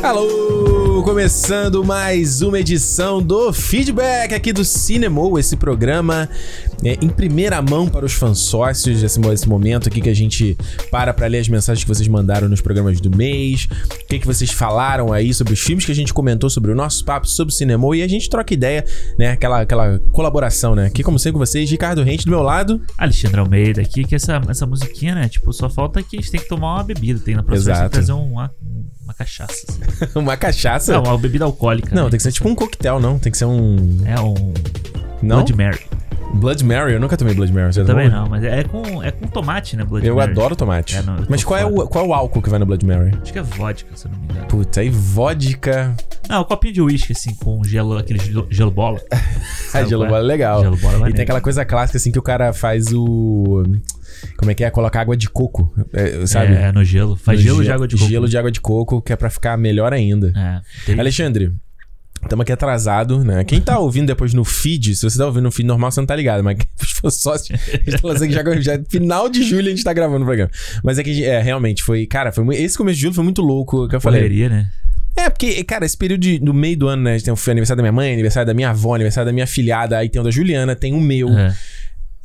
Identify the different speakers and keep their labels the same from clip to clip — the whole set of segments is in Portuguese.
Speaker 1: Alô, começando mais uma edição do Feedback aqui do Cinemou, esse programa é, em primeira mão para os fãs sócios, esse, esse momento aqui que a gente para para ler as mensagens que vocês mandaram nos programas do mês, o que, que vocês falaram aí sobre os filmes que a gente comentou, sobre o nosso papo sobre o Cinemou e a gente troca ideia, né, aquela, aquela colaboração, né, aqui como sempre com vocês, Ricardo Rente do meu lado.
Speaker 2: Alexandre Almeida aqui, que essa, essa musiquinha, né? Tipo, só falta que a gente tem que tomar uma bebida. Tem na próxima vez tem que
Speaker 1: Exato.
Speaker 2: trazer um- uma, uma cachaça. assim.
Speaker 1: uma cachaça.
Speaker 2: Não, uma bebida alcoólica.
Speaker 1: Não,
Speaker 2: né?
Speaker 1: tem que ser tipo um coquetel, não, tem que ser um...
Speaker 2: É um
Speaker 1: Não?
Speaker 2: Blood Mary.
Speaker 1: Blood Mary, eu nunca tomei Blood Mary, você já
Speaker 2: Também
Speaker 1: tomou?
Speaker 2: não, mas é com, é com tomate, né? Blood
Speaker 1: Eu
Speaker 2: Mary.
Speaker 1: adoro tomate.
Speaker 2: É, não, eu tô
Speaker 1: Mas qual é, o,
Speaker 2: fora.
Speaker 1: qual é o álcool que vai no Blood Mary?
Speaker 2: Acho que é vodka, se eu não me engano.
Speaker 1: Puta, aí vodka.
Speaker 2: Não, um copinho de uísque, assim, com gelo, aquele gelo, gelo bola.
Speaker 1: Ah,
Speaker 2: Sabe
Speaker 1: gelo
Speaker 2: qual é?
Speaker 1: bola é legal.
Speaker 2: Gelo bola
Speaker 1: e
Speaker 2: é
Speaker 1: tem
Speaker 2: maneiro.
Speaker 1: aquela coisa clássica assim que o cara faz o. Como é que é? Colocar água de coco, é, sabe?
Speaker 2: É, no gelo. Faz
Speaker 1: No
Speaker 2: gelo
Speaker 1: ge-
Speaker 2: de água de coco.
Speaker 1: Gelo de água de coco, que é pra ficar melhor ainda.
Speaker 2: É. Tem...
Speaker 1: Alexandre. Estamos aqui atrasado, né? Quem tá ouvindo depois no feed, se você tá ouvindo no feed normal, você não tá ligado, mas se for sócio, a gente tá lançando que já, já é final de julho a gente tá gravando o programa. Mas é que, é, realmente, foi. Cara, foi, mu- esse começo de julho foi muito louco, que eu falei.
Speaker 2: Correria, né?
Speaker 1: É, porque, cara, esse período de- do meio do ano, né? a gente Tem o aniversário da minha mãe, aniversário da minha avó, aniversário da minha filhada, aí tem o da Juliana, tem o meu.
Speaker 2: É.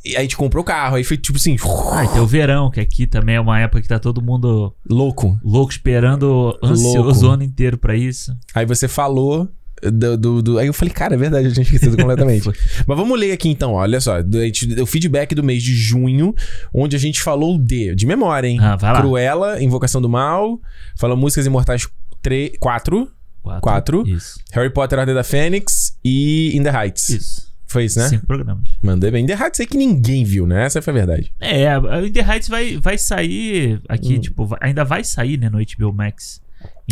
Speaker 1: E aí a gente comprou o carro, aí foi tipo assim,
Speaker 2: Ah, e tem o verão, que aqui também é uma época que tá todo mundo
Speaker 1: louco.
Speaker 2: louco, esperando, ansioso
Speaker 1: Louco.
Speaker 2: o ano inteiro pra isso.
Speaker 1: Aí você falou. Do, do- do- Aí eu falei, cara, é verdade, eu tinha esquecido completamente.
Speaker 2: Foi.
Speaker 1: Mas vamos ler aqui então, ó, olha só. do- a gente- O feedback do mês de junho, onde a gente falou de. De memória, hein?
Speaker 2: Ah, vai lá.
Speaker 1: Cruella, Invocação do Mal. Falou Músicas Imortais 3, 4,
Speaker 2: Quatro.
Speaker 1: Quatro.
Speaker 2: Isso.
Speaker 1: Harry Potter, Ordem da Fênix e In the Heights.
Speaker 2: Isso.
Speaker 1: Foi isso, né?
Speaker 2: Cinco programas.
Speaker 1: Mandei bem. The Heights é que ninguém viu, né? Essa foi a verdade.
Speaker 2: É, a- o In The Heights vai, vai sair aqui,
Speaker 1: Hum.
Speaker 2: tipo, vai- ainda vai sair, né, no HBO Max.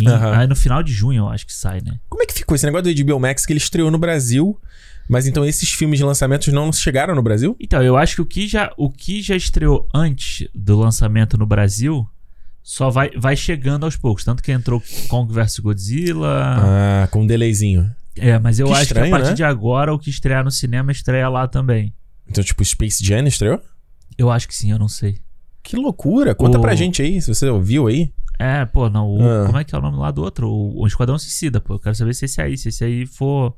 Speaker 2: Em-
Speaker 1: Aham.
Speaker 2: ah, no final de junho, eu acho que sai, né?
Speaker 1: Como é que ficou esse negócio do HBO Max que ele estreou no Brasil, mas então esses filmes de lançamentos não chegaram no Brasil?
Speaker 2: Então, eu acho que o que já, o que já estreou antes do lançamento no Brasil só vai, vai chegando aos poucos. Tanto que entrou Kong vs Godzilla.
Speaker 1: Ah, com um delayzinho.
Speaker 2: É, mas eu
Speaker 1: Que
Speaker 2: acho que
Speaker 1: estranho,
Speaker 2: a partir
Speaker 1: né?
Speaker 2: de agora o que estrear no cinema estreia lá também.
Speaker 1: Então, tipo, Space Jam estreou?
Speaker 2: Eu acho que sim, eu não sei.
Speaker 1: Que loucura! Conta
Speaker 2: O-
Speaker 1: pra gente aí, se você ouviu aí.
Speaker 2: É, pô, não. o-
Speaker 1: Ah.
Speaker 2: Como é que é o nome lá do outro? O, o Esquadrão Suicida, pô. Eu quero saber se esse é aí, se esse aí for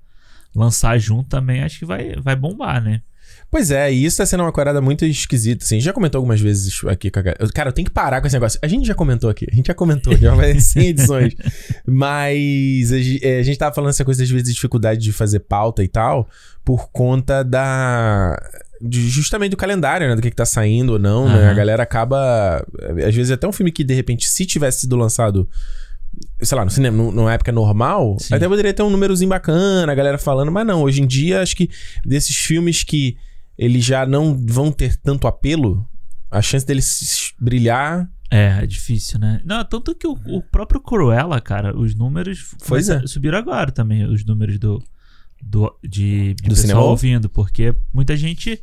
Speaker 2: lançar junto também, acho que vai, vai bombar, né?
Speaker 1: Pois é, e isso tá sendo uma parada muito esquisita, assim. A gente já comentou algumas vezes aqui com a galera. Cara, eu tenho que parar com esse negócio. A gente já comentou aqui, a gente já comentou, já vai 100 edições. Mas a, ge- é, a gente tava falando essa coisa, às vezes, de dificuldade de fazer pauta e tal, por conta da. de- justamente do calendário, né? Do que, que tá saindo ou não, né?
Speaker 2: Aham.
Speaker 1: A galera acaba. Às vezes, até um filme que, de repente, se tivesse sido lançado sei lá, no cinema, nu- numa época normal,
Speaker 2: Sim.
Speaker 1: até poderia ter um númerozinho bacana, a galera falando, mas não, hoje em dia, acho que desses filmes que eles já não vão ter tanto apelo, a chance deles s- brilhar.
Speaker 2: É, é difícil, né? Não, tanto que o, o próprio Cruella, cara, os números
Speaker 1: Pois
Speaker 2: começa-
Speaker 1: é.
Speaker 2: subiram agora também, os números do, do de, de pessoal
Speaker 1: cinema?
Speaker 2: ouvindo, porque muita gente.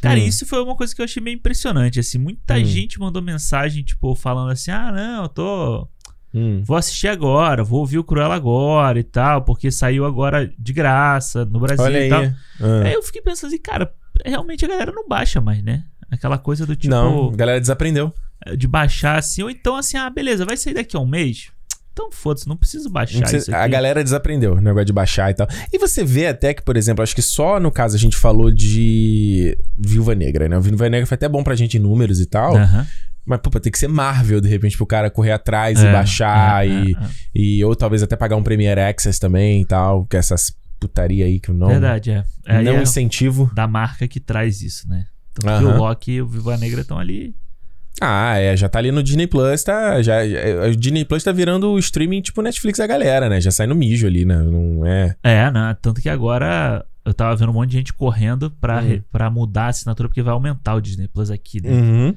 Speaker 2: Cara,
Speaker 1: Hum.
Speaker 2: isso foi uma coisa que eu achei meio impressionante, assim. Muita
Speaker 1: Hum.
Speaker 2: gente mandou mensagem, tipo, falando assim: ah, não, eu tô. Vou assistir agora, vou ouvir o Cruella agora e tal, porque saiu agora de graça no Brasil
Speaker 1: Olha
Speaker 2: e
Speaker 1: aí.
Speaker 2: tal.
Speaker 1: Ah.
Speaker 2: Aí É, eu fiquei pensando assim, cara, realmente a galera não baixa mais, né? Aquela coisa do tipo
Speaker 1: não, a galera desaprendeu.
Speaker 2: de baixar assim, ou então assim, ah, beleza, vai sair daqui a um mês? Então foda-se, não preciso baixar
Speaker 1: Não precisa-
Speaker 2: isso aqui.
Speaker 1: a galera desaprendeu o negócio de baixar e tal. E você vê até que, por exemplo, acho que só no caso a gente falou de Viúva Negra, né? O Viúva Negra foi até bom pra gente em números e tal.
Speaker 2: Aham.
Speaker 1: Mas, pô, tem que ser Marvel, de repente, pro cara correr atrás e
Speaker 2: É,
Speaker 1: baixar
Speaker 2: é,
Speaker 1: e.
Speaker 2: é, é.
Speaker 1: E ou talvez até pagar um Premier Access também e tal, que é essas putaria aí que eu não
Speaker 2: Verdade, é. Aí
Speaker 1: então não
Speaker 2: é
Speaker 1: incentivo.
Speaker 2: da marca que traz isso, né? Tanto que
Speaker 1: Aham.
Speaker 2: o Loki e o Viva Negra estão ali.
Speaker 1: Ah, é, já tá ali no Disney Plus, tá, já, já- o Disney Plus tá virando o streaming tipo Netflix da galera, né? Já sai no mijo ali, né? Não é.
Speaker 2: É, né? Tanto que agora eu tava vendo um monte de gente correndo pra,
Speaker 1: Uhum.
Speaker 2: pra mudar a assinatura, porque vai aumentar o Disney Plus aqui, né?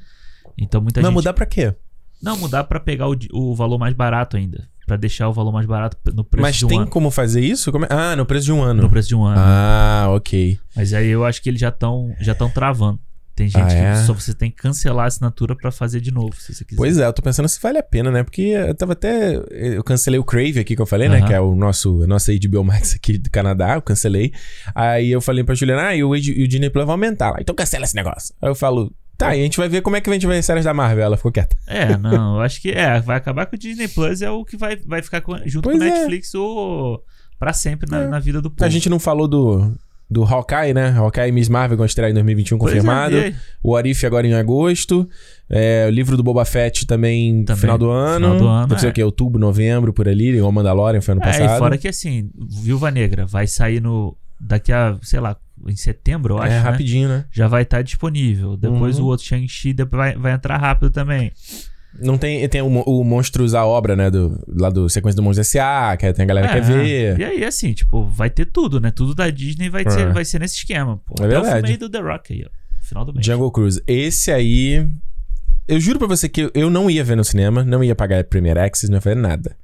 Speaker 2: Então muita
Speaker 1: Uhum. Mas
Speaker 2: gente.
Speaker 1: Hum. mudar pra quê?
Speaker 2: Não, mudar pra pegar o, di- o valor mais barato ainda. Pra deixar o valor mais barato p- no preço
Speaker 1: Mas
Speaker 2: de um
Speaker 1: tem
Speaker 2: ano.
Speaker 1: como fazer isso? Como é- Ah, no preço de um ano.
Speaker 2: No preço de um ano.
Speaker 1: Ah, OK.
Speaker 2: Mas aí eu acho que eles já estão já tão travando. Tem gente
Speaker 1: Ah, é?
Speaker 2: que só você tem que cancelar a assinatura pra fazer de novo, se você quiser.
Speaker 1: Pois é, eu tô pensando se vale a pena, né? Porque eu tava até. Eu cancelei o Crave aqui que eu falei, né?
Speaker 2: Aham.
Speaker 1: Que é o nosso a nossa HBO Max aqui do Canadá, eu cancelei. Aí eu falei pra Juliana, ah, e o, H- e o Disney Plus vai aumentar lá. Então cancela esse negócio. Aí eu falo. Tá, e a gente vai ver como é que a gente vai as séries da Marvel. Ela ficou quieta.
Speaker 2: É, não, eu acho que é, vai acabar com o Disney Plus, é o que vai, vai ficar com- junto
Speaker 1: Pois
Speaker 2: com o
Speaker 1: é.
Speaker 2: Netflix ou pra sempre na, na vida do povo.
Speaker 1: A gente não falou do, do Hawkeye, né? Hawkeye e Miss Marvel vão estrear em 2021
Speaker 2: Pois é,
Speaker 1: confirmado.
Speaker 2: e aí?
Speaker 1: O Arif agora em agosto. É, o livro do Boba Fett também,
Speaker 2: Também,
Speaker 1: final do ano.
Speaker 2: final do ano,
Speaker 1: Deve ser
Speaker 2: é.
Speaker 1: o quê? Outubro, novembro, por ali. O Mandalorian foi ano
Speaker 2: É,
Speaker 1: passado.
Speaker 2: e fora que assim, Viúva Negra vai sair no. Daqui a, sei lá, em setembro, eu acho.
Speaker 1: é
Speaker 2: né?
Speaker 1: rapidinho, né?
Speaker 2: Já vai estar disponível. Depois
Speaker 1: Uhum.
Speaker 2: o outro Shang-Chi depois vai, vai entrar rápido também.
Speaker 1: Não tem, tem o, mon- o Monstros à Obra, né? Do, lá do Sequência do Monstros S.A., que tem a galera que
Speaker 2: É,
Speaker 1: quer ver.
Speaker 2: E aí, assim, tipo, vai ter tudo, né? Tudo da Disney vai,
Speaker 1: É.
Speaker 2: ser, vai ser nesse esquema, pô.
Speaker 1: É
Speaker 2: Até o
Speaker 1: verdade.
Speaker 2: filme aí do The Rock aí, ó. Final do mês.
Speaker 1: Jungle Cruise. Esse aí... Eu juro pra você que eu- eu não ia ver no cinema, não ia pagar Premier Access, não ia fazer nada.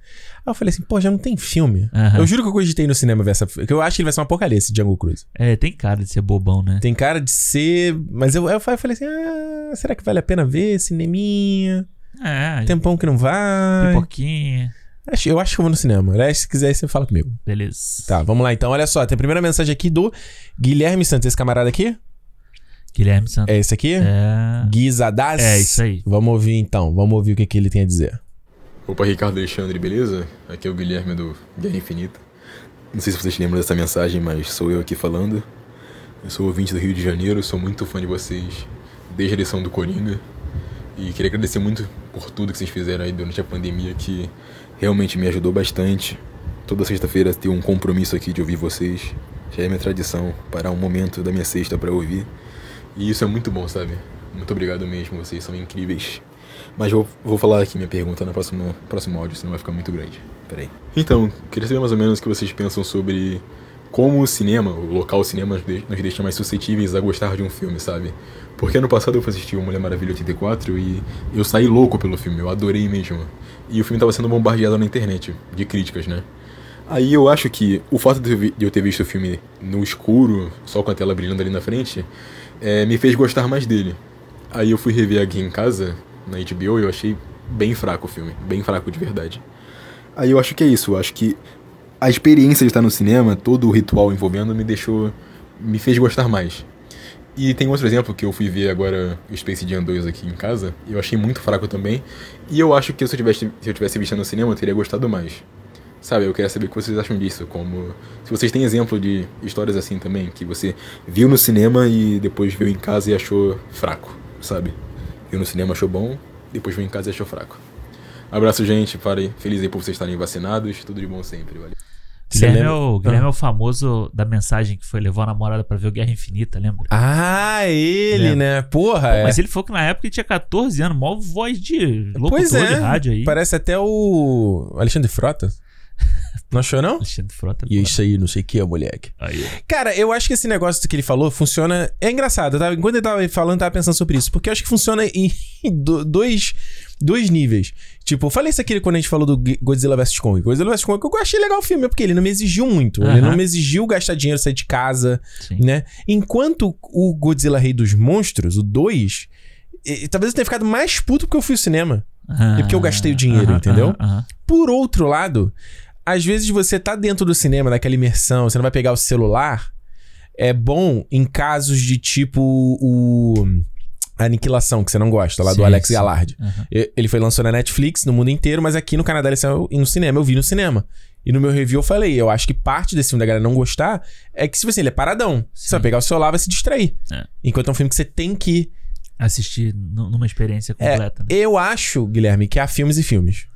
Speaker 1: Aí eu falei assim, pô, já não tem filme.
Speaker 2: Aham.
Speaker 1: Eu juro que eu cogitei no cinema ver essa... Que eu acho que ele vai ser uma porcaria, esse Jungle Cruise.
Speaker 2: É, tem cara de ser bobão, né?
Speaker 1: Tem cara de ser... Mas eu, eu falei assim, ah, será que vale a pena ver? Cineminha?
Speaker 2: É,
Speaker 1: Tempão que não vai?
Speaker 2: pipoquinha.
Speaker 1: Acho- Eu acho que eu vou no cinema. Aliás, se quiser, você fala comigo.
Speaker 2: Beleza.
Speaker 1: Tá, vamos lá então. Olha só, tem a primeira mensagem aqui do Guilherme Santos. Esse camarada aqui?
Speaker 2: Guilherme Santos.
Speaker 1: É esse aqui?
Speaker 2: É.
Speaker 1: Guizadas?
Speaker 2: É, isso aí.
Speaker 1: Vamos ouvir então, vamos ouvir o que, que ele tem a dizer.
Speaker 3: Opa, Ricardo Alexandre, beleza? Aqui é o Guilherme do Guerra Infinita. Não sei se vocês lembram dessa mensagem, mas sou eu aqui falando. Eu sou ouvinte do Rio de Janeiro, sou muito fã de vocês desde a eleição do Coringa. E queria agradecer muito por tudo que vocês fizeram aí durante a pandemia, que realmente me ajudou bastante. Toda sexta-feira tenho um compromisso aqui de ouvir vocês. Já é minha tradição parar um momento da minha sexta para ouvir. E isso é muito bom, sabe? Muito obrigado mesmo, vocês são incríveis. Mas vou, vou falar aqui minha pergunta no próximo, próximo áudio, senão vai ficar muito grande. Peraí. Então, queria saber mais ou menos o que vocês pensam sobre como o cinema, o local cinema, nos de- nos deixa mais suscetíveis a gostar de um filme, sabe? Porque ano passado eu fui assistir o Mulher Maravilha 84 e eu saí louco pelo filme, eu adorei mesmo. E o filme tava sendo bombardeado na internet, de críticas, né? Aí eu acho que o fato de eu vi- de eu ter visto o filme no escuro, só com a tela brilhando ali na frente, eh, me fez gostar mais dele. Aí eu fui rever aqui em casa, na HBO, e eu achei bem fraco o filme, bem fraco de verdade. Aí eu acho que é isso, eu acho que a experiência de estar no cinema, todo o ritual envolvendo, me deixou. me fez gostar mais. E tem outro exemplo que eu fui ver agora o Space Jam 2 aqui em casa, e eu achei muito fraco também. E eu acho que se eu tivesse, se eu tivesse visto no cinema, eu teria gostado mais. Sabe, eu queria saber o que vocês acham disso, como se vocês têm exemplo de histórias assim também, que você viu no cinema e depois viu em casa e achou fraco, sabe? Viu no cinema achou bom, depois viu em casa e achou fraco. Abraço, gente, parem, feliz aí por vocês estarem vacinados, tudo de bom sempre, valeu.
Speaker 1: Você
Speaker 2: Guilherme, é
Speaker 1: lembra- Ah.
Speaker 2: o, Guilherme é o famoso da mensagem que foi levou a namorada pra ver o Guerra Infinita, lembra?
Speaker 1: Ah, ele,
Speaker 2: Lembra.
Speaker 1: né? Porra, é.
Speaker 2: Mas ele falou que na época ele tinha 14 anos, mó voz de locutor
Speaker 1: Pois é.
Speaker 2: de rádio aí.
Speaker 1: Parece até o Alexandre Frota. Não achou, não?
Speaker 2: Alexandre Frota. é
Speaker 1: E isso aí, não sei o que, moleque.
Speaker 2: Aí.
Speaker 1: Cara, eu acho que esse negócio que ele falou funciona. É engraçado. eu tava- Enquanto ele tava falando, eu tava pensando sobre isso. Porque eu acho que funciona em do- dois, dois níveis. Tipo, eu falei isso aqui quando a gente falou do G- Godzilla vs. Kong. Godzilla vs. Kong, eu achei legal o filme, porque ele não me exigiu muito. Ele
Speaker 2: Aham.
Speaker 1: não me exigiu gastar dinheiro, sair de casa,
Speaker 2: Sim.
Speaker 1: né? Enquanto o Godzilla Rei dos Monstros, o 2. e- Talvez eu tenha ficado mais puto porque eu fui ao cinema.
Speaker 2: Ah,
Speaker 1: É porque eu gastei o dinheiro,
Speaker 2: aham,
Speaker 1: entendeu?
Speaker 2: aham, aham.
Speaker 1: Por outro lado, às vezes você tá dentro do cinema, daquela imersão, você não vai pegar o celular. É bom em casos de tipo o. A Aniquilação, que você não gosta, lá do
Speaker 2: Sim,
Speaker 1: Alex
Speaker 2: sim.
Speaker 1: Gallardi.
Speaker 2: Aham.
Speaker 1: E- Ele foi lançado na Netflix, no mundo inteiro, mas aqui no Canadá ele saiu no cinema. Eu vi no cinema. E no meu review eu falei, eu acho que parte desse filme da galera não gostar é que, se você ele é paradão. Você
Speaker 2: Sim.
Speaker 1: vai pegar o celular, vai se distrair.
Speaker 2: É.
Speaker 1: Enquanto é um filme que você tem que ir
Speaker 2: Assistir nu-
Speaker 1: É,
Speaker 2: numa experiência completa, né?
Speaker 1: Eu acho, Guilherme, que há filmes e filmes.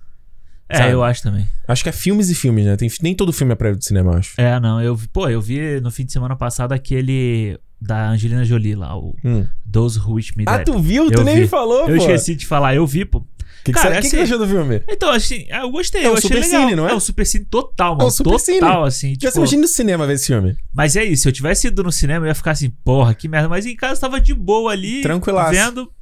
Speaker 2: É,
Speaker 1: sabe?
Speaker 2: eu acho também.
Speaker 1: Acho que há filmes e filmes, né? Tem, nem todo filme é prévio de cinema, eu acho.
Speaker 2: É, não, eu vi, pô, eu vi no fim de semana passado aquele da Angelina Jolie lá, o
Speaker 1: Hum.
Speaker 2: Those Who Wish Me
Speaker 1: Ah,
Speaker 2: Dead.
Speaker 1: tu viu?
Speaker 2: Eu
Speaker 1: tu nem
Speaker 2: vi.
Speaker 1: me falou, pô.
Speaker 2: Eu esqueci de falar, eu vi, pô.
Speaker 1: O que, que,
Speaker 2: Cara,
Speaker 1: você- que que
Speaker 2: assim,
Speaker 1: você achou do filme?
Speaker 2: Então, assim, ah, eu gostei,
Speaker 1: É um
Speaker 2: eu achei
Speaker 1: supercine,
Speaker 2: legal.
Speaker 1: não é?
Speaker 2: É um supercine total, mano.
Speaker 1: É um supercine.
Speaker 2: total, assim,
Speaker 1: Já
Speaker 2: tipo,
Speaker 1: se imagina no cinema ver esse filme.
Speaker 2: Mas é isso, se eu tivesse ido no cinema, eu ia ficar assim, porra, que merda. Mas em casa tava de boa ali.
Speaker 1: Tranquilaço.
Speaker 2: Vendo.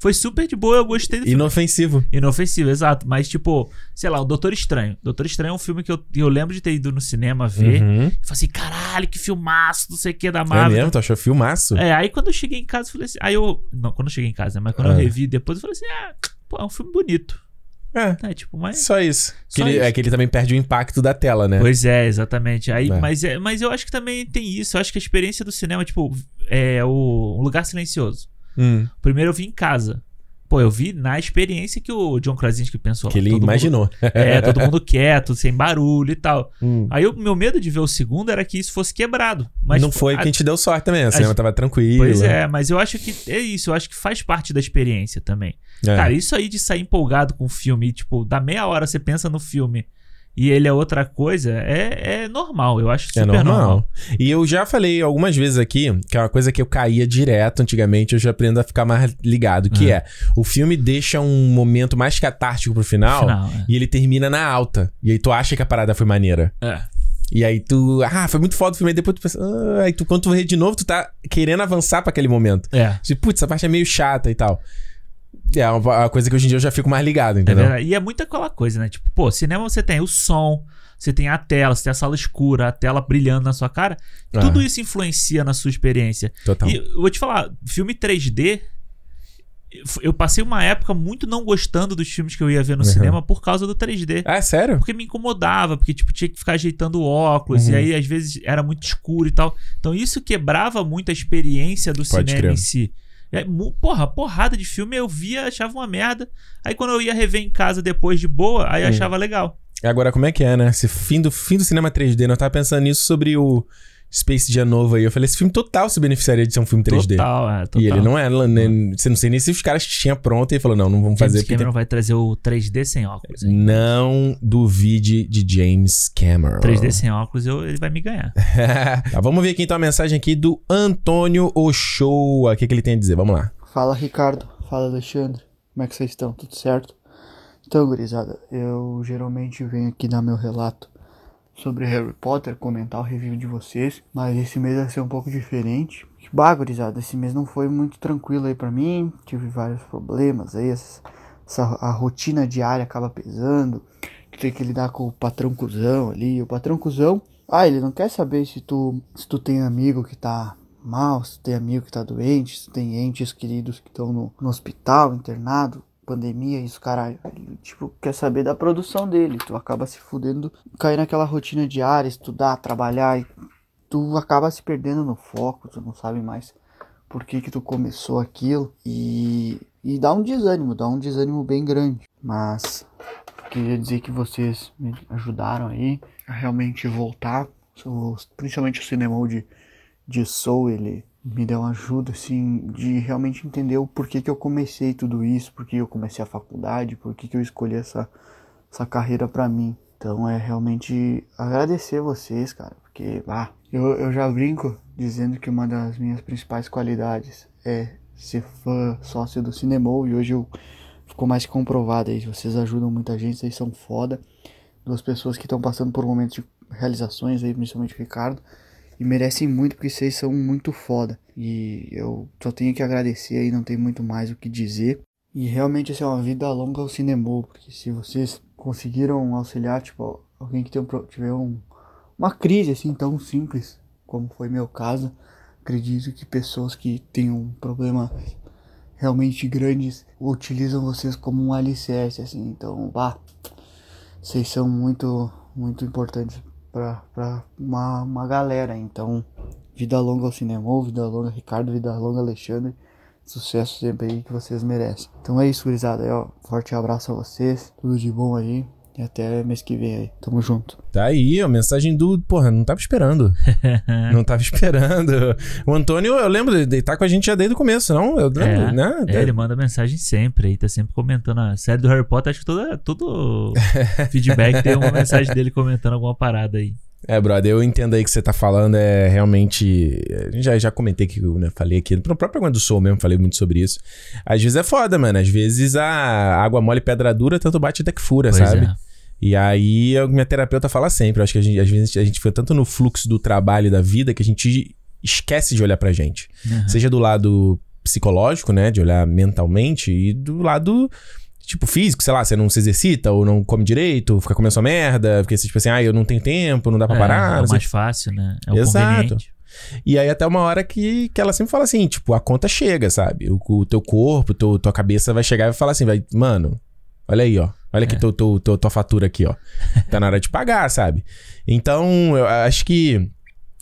Speaker 2: Foi super de boa, eu gostei do filme.
Speaker 1: Inofensivo.
Speaker 2: Inofensivo, exato. Mas, tipo, sei lá, o Doutor Estranho. Doutor Estranho é um filme que eu, eu lembro de ter ido no cinema ver.
Speaker 1: Uhum.
Speaker 2: E falei assim, caralho, que filmaço, não sei o que, da
Speaker 1: É
Speaker 2: Marvel.
Speaker 1: mesmo? Tu achou filmaço?
Speaker 2: É, aí quando eu cheguei em casa, eu falei assim. Aí eu. Não, quando eu cheguei em casa, né, mas quando
Speaker 1: Ah.
Speaker 2: eu revi depois, eu falei assim, ah, pô, é um filme bonito.
Speaker 1: É.
Speaker 2: É, tipo, mas.
Speaker 1: Só isso. Que
Speaker 2: Só
Speaker 1: ele-
Speaker 2: isso.
Speaker 1: É que ele também perde o impacto da tela, né?
Speaker 2: Pois é, exatamente. Aí,
Speaker 1: É.
Speaker 2: Mas, é, mas eu acho que também tem isso. Eu acho que a experiência do cinema, tipo, é o, o Lugar Silencioso.
Speaker 1: Hum,
Speaker 2: O primeiro eu vi em casa. Pô, eu vi na experiência que o John Krasinski pensou.
Speaker 1: que
Speaker 2: lá,
Speaker 1: ele
Speaker 2: todo mundo-
Speaker 1: imaginou.
Speaker 2: é, todo mundo quieto, sem barulho e tal.
Speaker 1: Hum.
Speaker 2: Aí o meu medo de ver o segundo era que isso fosse quebrado. Mas
Speaker 1: não foi
Speaker 2: a-
Speaker 1: que a gente deu sorte também. A cinema tava tranquilo. né?
Speaker 2: Pois é, mas eu acho que é isso, eu acho que faz parte da experiência também.
Speaker 1: É.
Speaker 2: Cara, isso aí de sair empolgado com o filme, tipo, da meia hora você pensa no filme e ele é outra coisa, é, é normal, eu acho super
Speaker 1: É normal.
Speaker 2: normal.
Speaker 1: E eu já falei algumas vezes aqui, que é uma coisa que eu caía direto antigamente, eu já aprendo a ficar mais ligado,
Speaker 2: Uhum.
Speaker 1: que é, o filme deixa um momento mais catártico pro final,
Speaker 2: Final, é.
Speaker 1: e ele termina na alta. E aí tu acha que a parada foi maneira.
Speaker 2: É.
Speaker 1: E aí tu, ah, foi muito foda o filme, aí depois tu pensa, ah, aí tu, quando tu vê de novo, tu tá querendo avançar pra aquele momento.
Speaker 2: É.
Speaker 1: Tipo, putz, essa parte é meio chata e tal. É uma, uma coisa que hoje em dia eu já fico mais ligado,
Speaker 2: É
Speaker 1: entendeu?
Speaker 2: verdade. E é muita aquela coisa, né? Tipo, pô, cinema você tem o som, você tem a tela, você tem a sala escura, a tela brilhando na sua cara.
Speaker 1: Ah.
Speaker 2: Tudo isso influencia na sua experiência.
Speaker 1: Total.
Speaker 2: E eu vou te falar, filme 3D, eu passei uma época muito não gostando dos filmes que eu ia ver no
Speaker 1: Uhum.
Speaker 2: cinema por causa do 3D.
Speaker 1: Ah, sério?
Speaker 2: Porque me incomodava, porque tipo, tinha que ficar ajeitando o óculos,
Speaker 1: Uhum.
Speaker 2: e aí às vezes era muito escuro e tal. Então isso quebrava muito a experiência do
Speaker 1: Pode
Speaker 2: cinema
Speaker 1: crer.
Speaker 2: em si. É, mu- porra, porrada de filme eu via, achava uma merda. Aí quando eu ia rever em casa depois de boa, aí eu
Speaker 1: Hum.
Speaker 2: achava legal.
Speaker 1: Agora, como é que é, né? Esse fim do, fim do cinema 3D, né? eu tava pensando nisso sobre o Space Jam novo aí. Eu falei, esse filme total se beneficiaria de ser um filme 3D.
Speaker 2: Total, é, total.
Speaker 1: E ele não é, né? Você não sei nem se os caras tinham pronto e falou, não, não vamos fazer
Speaker 2: James
Speaker 1: porque tem... Uhum.
Speaker 2: Cameron vai trazer o 3D sem óculos. hein?
Speaker 1: Não duvide de James Cameron.
Speaker 2: 3D sem óculos, eu- ele vai me ganhar.
Speaker 1: Tá, vamos ver aqui então a mensagem aqui do Antônio Ochoa. O que, que ele tem a dizer? Vamos lá.
Speaker 4: Fala Ricardo, fala Alexandre, como é que vocês estão? Tudo certo? Então, gurizada, eu geralmente venho aqui dar meu relato sobre Harry Potter, comentar o review de vocês, mas esse mês vai ser um pouco diferente. Bah, gurizada, esse mês não foi muito tranquilo aí pra mim, tive vários problemas aí, essa, essa- a rotina diária acaba pesando, tu tem que lidar com o patrão cuzão ali, o patrão cuzão, ah, ele não quer saber se tu, se tu tem amigo que tá mal, se tu tem amigo que tá doente, se tem entes queridos que estão no, no hospital, internado, pandemia, isso, caralho. Ele, tipo, quer saber da produção dele. Tu acaba se fudendo, cair naquela rotina diária, estudar, trabalhar, e tu acaba se perdendo no foco, tu não sabe mais por que que tu começou aquilo e, e dá um desânimo, dá um desânimo bem grande. Mas queria dizer que vocês me ajudaram aí a realmente voltar, O- principalmente o cinema de, de Soul, ele me deu uma ajuda assim de realmente entender o porquê que eu comecei tudo isso, por que eu comecei a faculdade, por que que eu escolhi essa essa carreira pra mim. Então é realmente agradecer vocês, cara, porque ah, eu, eu já brinco dizendo que uma das minhas principais qualidades é ser fã, sócio do cinema e hoje eu ficou mais comprovado aí. Vocês ajudam muita gente, vocês são foda. Duas pessoas que estão passando por momentos de realizações aí, principalmente o Ricardo, e merecem muito porque vocês são muito foda. E eu só tenho que agradecer aí, não tem muito mais o que dizer. E realmente assim, é uma vida longa ao cinema, porque se vocês conseguiram auxiliar, tipo, alguém que tem um, pro- tiver um, uma crise assim tão simples, como foi meu caso, acredito que pessoas que tenham um problema realmente grandes utilizam vocês como um alicerce, assim, então, bah, vocês são muito, muito importantes pra, pra uma, uma galera, então, vida longa ao cinema, vida longa Ricardo, vida longa Alexandre, sucesso sempre aí que vocês merecem. Então é isso, gurizada, aí, ó, forte abraço a vocês, tudo de bom aí, e até mês que vem aí, tamo junto.
Speaker 1: Tá aí, a mensagem do. Porra, não tava esperando. não tava esperando. O Antônio, eu lembro, ele tá com a gente já desde o começo, não? Eu lembro,
Speaker 2: É,
Speaker 1: né?
Speaker 2: É, ele manda mensagem sempre aí, tá sempre comentando a série do Harry Potter. Acho que toda, todo feedback tem uma mensagem dele comentando alguma parada aí.
Speaker 1: É, brother, eu entendo aí que você tá falando, é realmente. é, Já, já comentei que eu né, falei aqui, no próprio Água do Sol mesmo, falei muito sobre isso. Às vezes é foda, mano. Às vezes a água mole e pedra dura, tanto bate até que fura,
Speaker 2: Pois
Speaker 1: sabe?
Speaker 2: é.
Speaker 1: E aí, eu- minha terapeuta fala sempre. Eu acho que a gente, às vezes a gente fica tanto no fluxo do trabalho e da vida que a gente esquece de olhar pra gente.
Speaker 2: Aham.
Speaker 1: Seja do lado psicológico, né? De olhar mentalmente, e do lado. Tipo, físico, sei lá, você não se exercita ou não come direito, fica comendo sua merda, porque você, tipo assim, ah, eu não tenho tempo, não dá pra
Speaker 2: É,
Speaker 1: parar.
Speaker 2: é
Speaker 1: não
Speaker 2: o
Speaker 1: sei
Speaker 2: mais fácil, né? É o
Speaker 1: Exato.
Speaker 2: conveniente.
Speaker 1: e aí até uma hora que, que ela sempre fala assim, tipo, a conta chega, sabe? O, o teu corpo, teu, tua cabeça vai chegar e vai falar assim, vai, mano, olha aí, ó. Olha aqui teu, teu, teu- tua fatura aqui, ó. Tá na hora de pagar, sabe? Então, eu acho que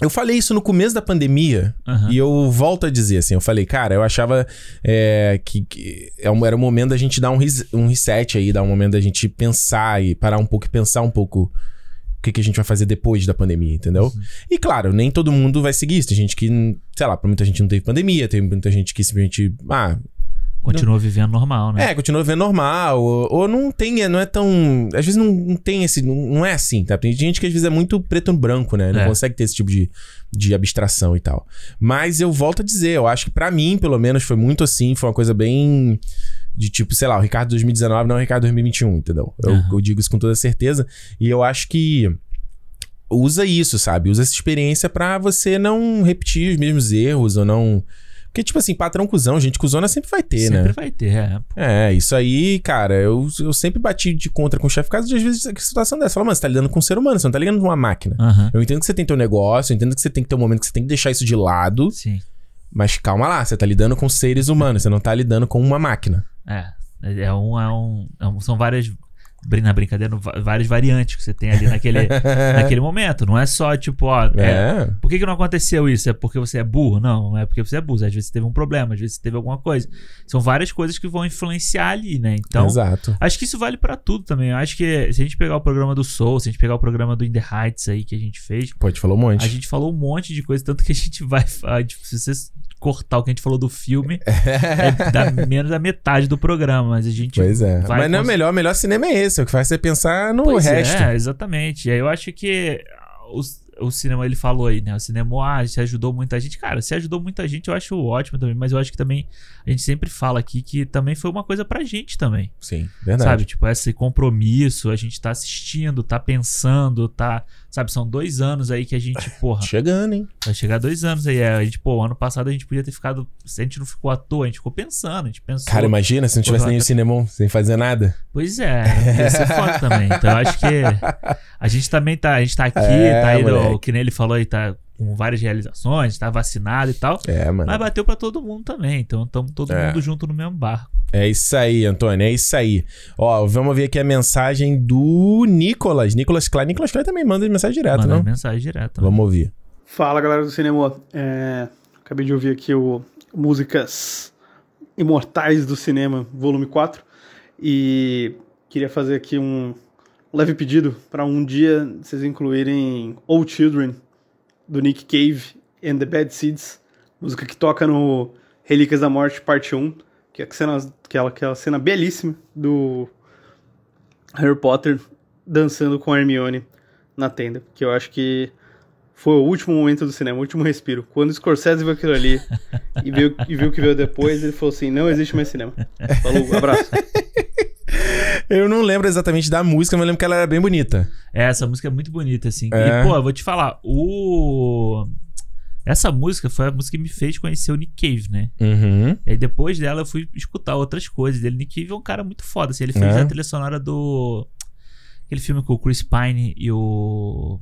Speaker 1: Eu falei isso no começo da pandemia
Speaker 2: Aham.
Speaker 1: e eu volto a dizer assim, eu falei, cara, eu achava é, que, que é um- era o momento da gente dar um, res- um reset aí, dar um momento da gente pensar e parar um pouco e pensar um pouco o que, que a gente vai fazer depois da pandemia, entendeu? E claro, nem todo mundo vai seguir isso. Tem gente que, sei lá, pra muita gente não teve pandemia, tem muita gente que simplesmente, ah,
Speaker 2: Continua vivendo normal, né?
Speaker 1: é, continua vendo normal. Ou, ou não tem, é, não é tão. Às vezes não, não tem esse. Não, não é assim, tá? Tem gente que às vezes é muito preto no branco, né? Não
Speaker 2: É.
Speaker 1: consegue ter esse tipo de, de abstração e tal. Mas eu volto a dizer, eu acho que pra mim, pelo menos, foi muito assim. Foi uma coisa bem. De tipo, sei lá, o Ricardo 2019 não é o Ricardo 2021, entendeu? Eu,
Speaker 2: Aham.
Speaker 1: eu digo isso com toda certeza. E eu acho que. Usa isso, sabe? Usa essa experiência pra você não repetir os mesmos erros ou não. Porque, tipo assim, patrão cuzão, gente cuzona sempre vai ter, né?
Speaker 2: Sempre vai ter, é.
Speaker 1: É, isso aí, cara, eu, eu sempre bati de contra com o chefe, por causa de às vezes que situação dessa. Fala, mano, você tá lidando com um ser humano, você não tá lidando com uma máquina.
Speaker 2: Aham.
Speaker 1: Eu entendo que você tem teu negócio, eu entendo que você tem que ter um momento que você tem que deixar isso de lado,
Speaker 2: Sim.
Speaker 1: mas calma lá, você tá lidando com seres humanos, você não tá lidando com uma máquina.
Speaker 2: É. É um, é um, é um- São várias. brin- Na brincadeira, va- várias variantes que você tem ali naquele, naquele momento. Não é só, tipo, ó. é,
Speaker 1: É.
Speaker 2: por que, que não aconteceu isso? É porque você é burro? Não, não é porque você é burro. Às vezes você teve um problema, às vezes você teve alguma coisa. São várias coisas que vão influenciar ali, né? Então,
Speaker 1: Exato.
Speaker 2: Acho que isso vale pra tudo também. Eu acho que se a gente pegar o programa do Soul, se a gente pegar o programa do In The Heights aí que a gente fez,
Speaker 1: Pô, te falou um
Speaker 2: a
Speaker 1: monte.
Speaker 2: gente falou um monte de coisa, tanto que a gente vai. a gente- Se você cortar o que a gente falou do filme, é da, menos da metade do programa, mas a gente.
Speaker 1: Pois é.
Speaker 2: vai
Speaker 1: Mas não é o
Speaker 2: cons-
Speaker 1: melhor, o melhor cinema é esse, é o que faz você pensar no
Speaker 2: Pois
Speaker 1: resto.
Speaker 2: É, exatamente. E aí eu acho que ah, o, o cinema, ele falou aí, né? O cinema, ah, se ajudou muita gente. Cara, se ajudou muita gente, eu acho ótimo também, mas eu acho que também a gente sempre fala aqui que também foi uma coisa pra gente também.
Speaker 1: Sim, verdade.
Speaker 2: Sabe, tipo, esse compromisso, a gente tá assistindo, tá pensando, tá. Sabe, são dois anos aí que a gente, porra,
Speaker 1: Chegando, hein?
Speaker 2: vai chegar dois anos aí. é, A gente, pô, ano passado a gente podia ter ficado. A gente não ficou à toa, a gente ficou pensando, a gente pensou.
Speaker 1: Cara, imagina se não tivesse nem o cinema sem fazer nada.
Speaker 2: Pois é, ia ser foda também. Então eu acho que a gente também tá. A gente tá aqui,
Speaker 1: É,
Speaker 2: tá aí, no,
Speaker 1: moleque.
Speaker 2: que nem ele falou aí, tá com várias realizações, tá vacinado e tal.
Speaker 1: É, mano.
Speaker 2: Mas bateu pra todo mundo também, então estamos todo
Speaker 1: É.
Speaker 2: mundo junto no mesmo barco.
Speaker 1: É isso aí, Antônio, é isso aí. Ó, vamos ver aqui a mensagem do Nicolas. Nicolas Klein. Nicolas Klein também manda mensagem direto,
Speaker 2: Mandando
Speaker 1: não?
Speaker 2: mensagem né? direta.
Speaker 1: É, Vamos ouvir.
Speaker 5: Fala galera do cinema, É, acabei de ouvir aqui o Músicas Imortais do Cinema, volume 4, e queria fazer aqui um leve pedido para um dia vocês incluírem Old Children, do Nick Cave and the Bad Seeds, música que toca no Relíquias da Morte, parte 1, que é a cena- aquela, aquela cena belíssima do Harry Potter dançando com a Hermione na tenda, que eu acho que foi o último momento do cinema, o último respiro. Quando o Scorsese viu aquilo ali e viu, e viu o que veio depois, ele falou assim: não existe mais cinema. Falou, "Um abraço.
Speaker 1: Eu não lembro exatamente da música, mas eu lembro que ela era bem bonita.
Speaker 2: É, essa música é muito bonita, assim.
Speaker 1: É.
Speaker 2: E, pô, eu vou te falar, o. Essa música foi a música que me fez conhecer o Nick Cave, né?
Speaker 1: Uhum.
Speaker 2: E aí depois dela eu fui escutar outras coisas dele. Nick Cave é um cara muito foda, assim. Ele fez
Speaker 1: É.
Speaker 2: a trilha sonora do. Aquele filme com o Chris Pine e o.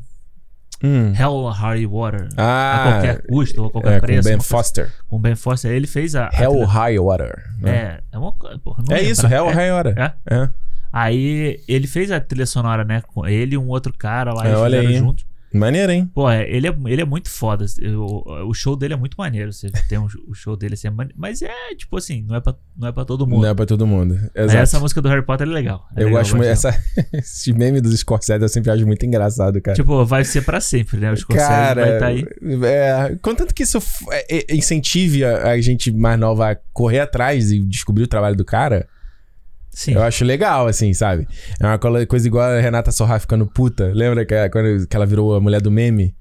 Speaker 1: Hum.
Speaker 2: Hell Harry Water. a
Speaker 1: Ah,
Speaker 2: qualquer custo, ou a qualquer
Speaker 1: é, com
Speaker 2: preço.
Speaker 1: Ben
Speaker 2: uma coisa- assim.
Speaker 1: Foster.
Speaker 2: Com Ben Foster. Ele fez a. a
Speaker 1: Hell
Speaker 2: trilha-
Speaker 1: High Water. né?
Speaker 2: É, é uma coisa. porra, não
Speaker 1: É
Speaker 2: lembro.
Speaker 1: isso, Hell High Water.
Speaker 2: É?
Speaker 1: É. Aí
Speaker 2: Aí ele fez a trilha sonora, né? Com ele e um outro cara lá.
Speaker 1: É,
Speaker 2: eles
Speaker 1: olha
Speaker 2: fizeram
Speaker 1: aí.
Speaker 2: juntos.
Speaker 1: Maneiro, hein?
Speaker 2: Pô, é, ele, é, ele é muito foda. Eu- o show dele é muito maneiro. Você tem um- o show dele assim, é mane- mas é tipo assim, não é pra, não é pra todo mundo.
Speaker 1: Não é pra todo mundo.
Speaker 2: Mas
Speaker 1: Exato.
Speaker 2: essa música do Harry Potter é legal. É
Speaker 1: eu
Speaker 2: legal,
Speaker 1: gosto muito. Essa... Esse meme dos Scorsese eu sempre acho muito engraçado, cara.
Speaker 2: dela. Tipo, vai ser pra sempre, né? Os Scorsese vai estar aí.
Speaker 1: É, contanto que isso f- é- é- incentive a, a gente mais nova a correr atrás e descobrir o trabalho do cara,
Speaker 2: Sim.
Speaker 1: eu acho legal, assim, sabe? É uma cola- coisa igual a Renata Sorra ficando puta. Lembra que, é, quando, que ela virou a mulher do meme?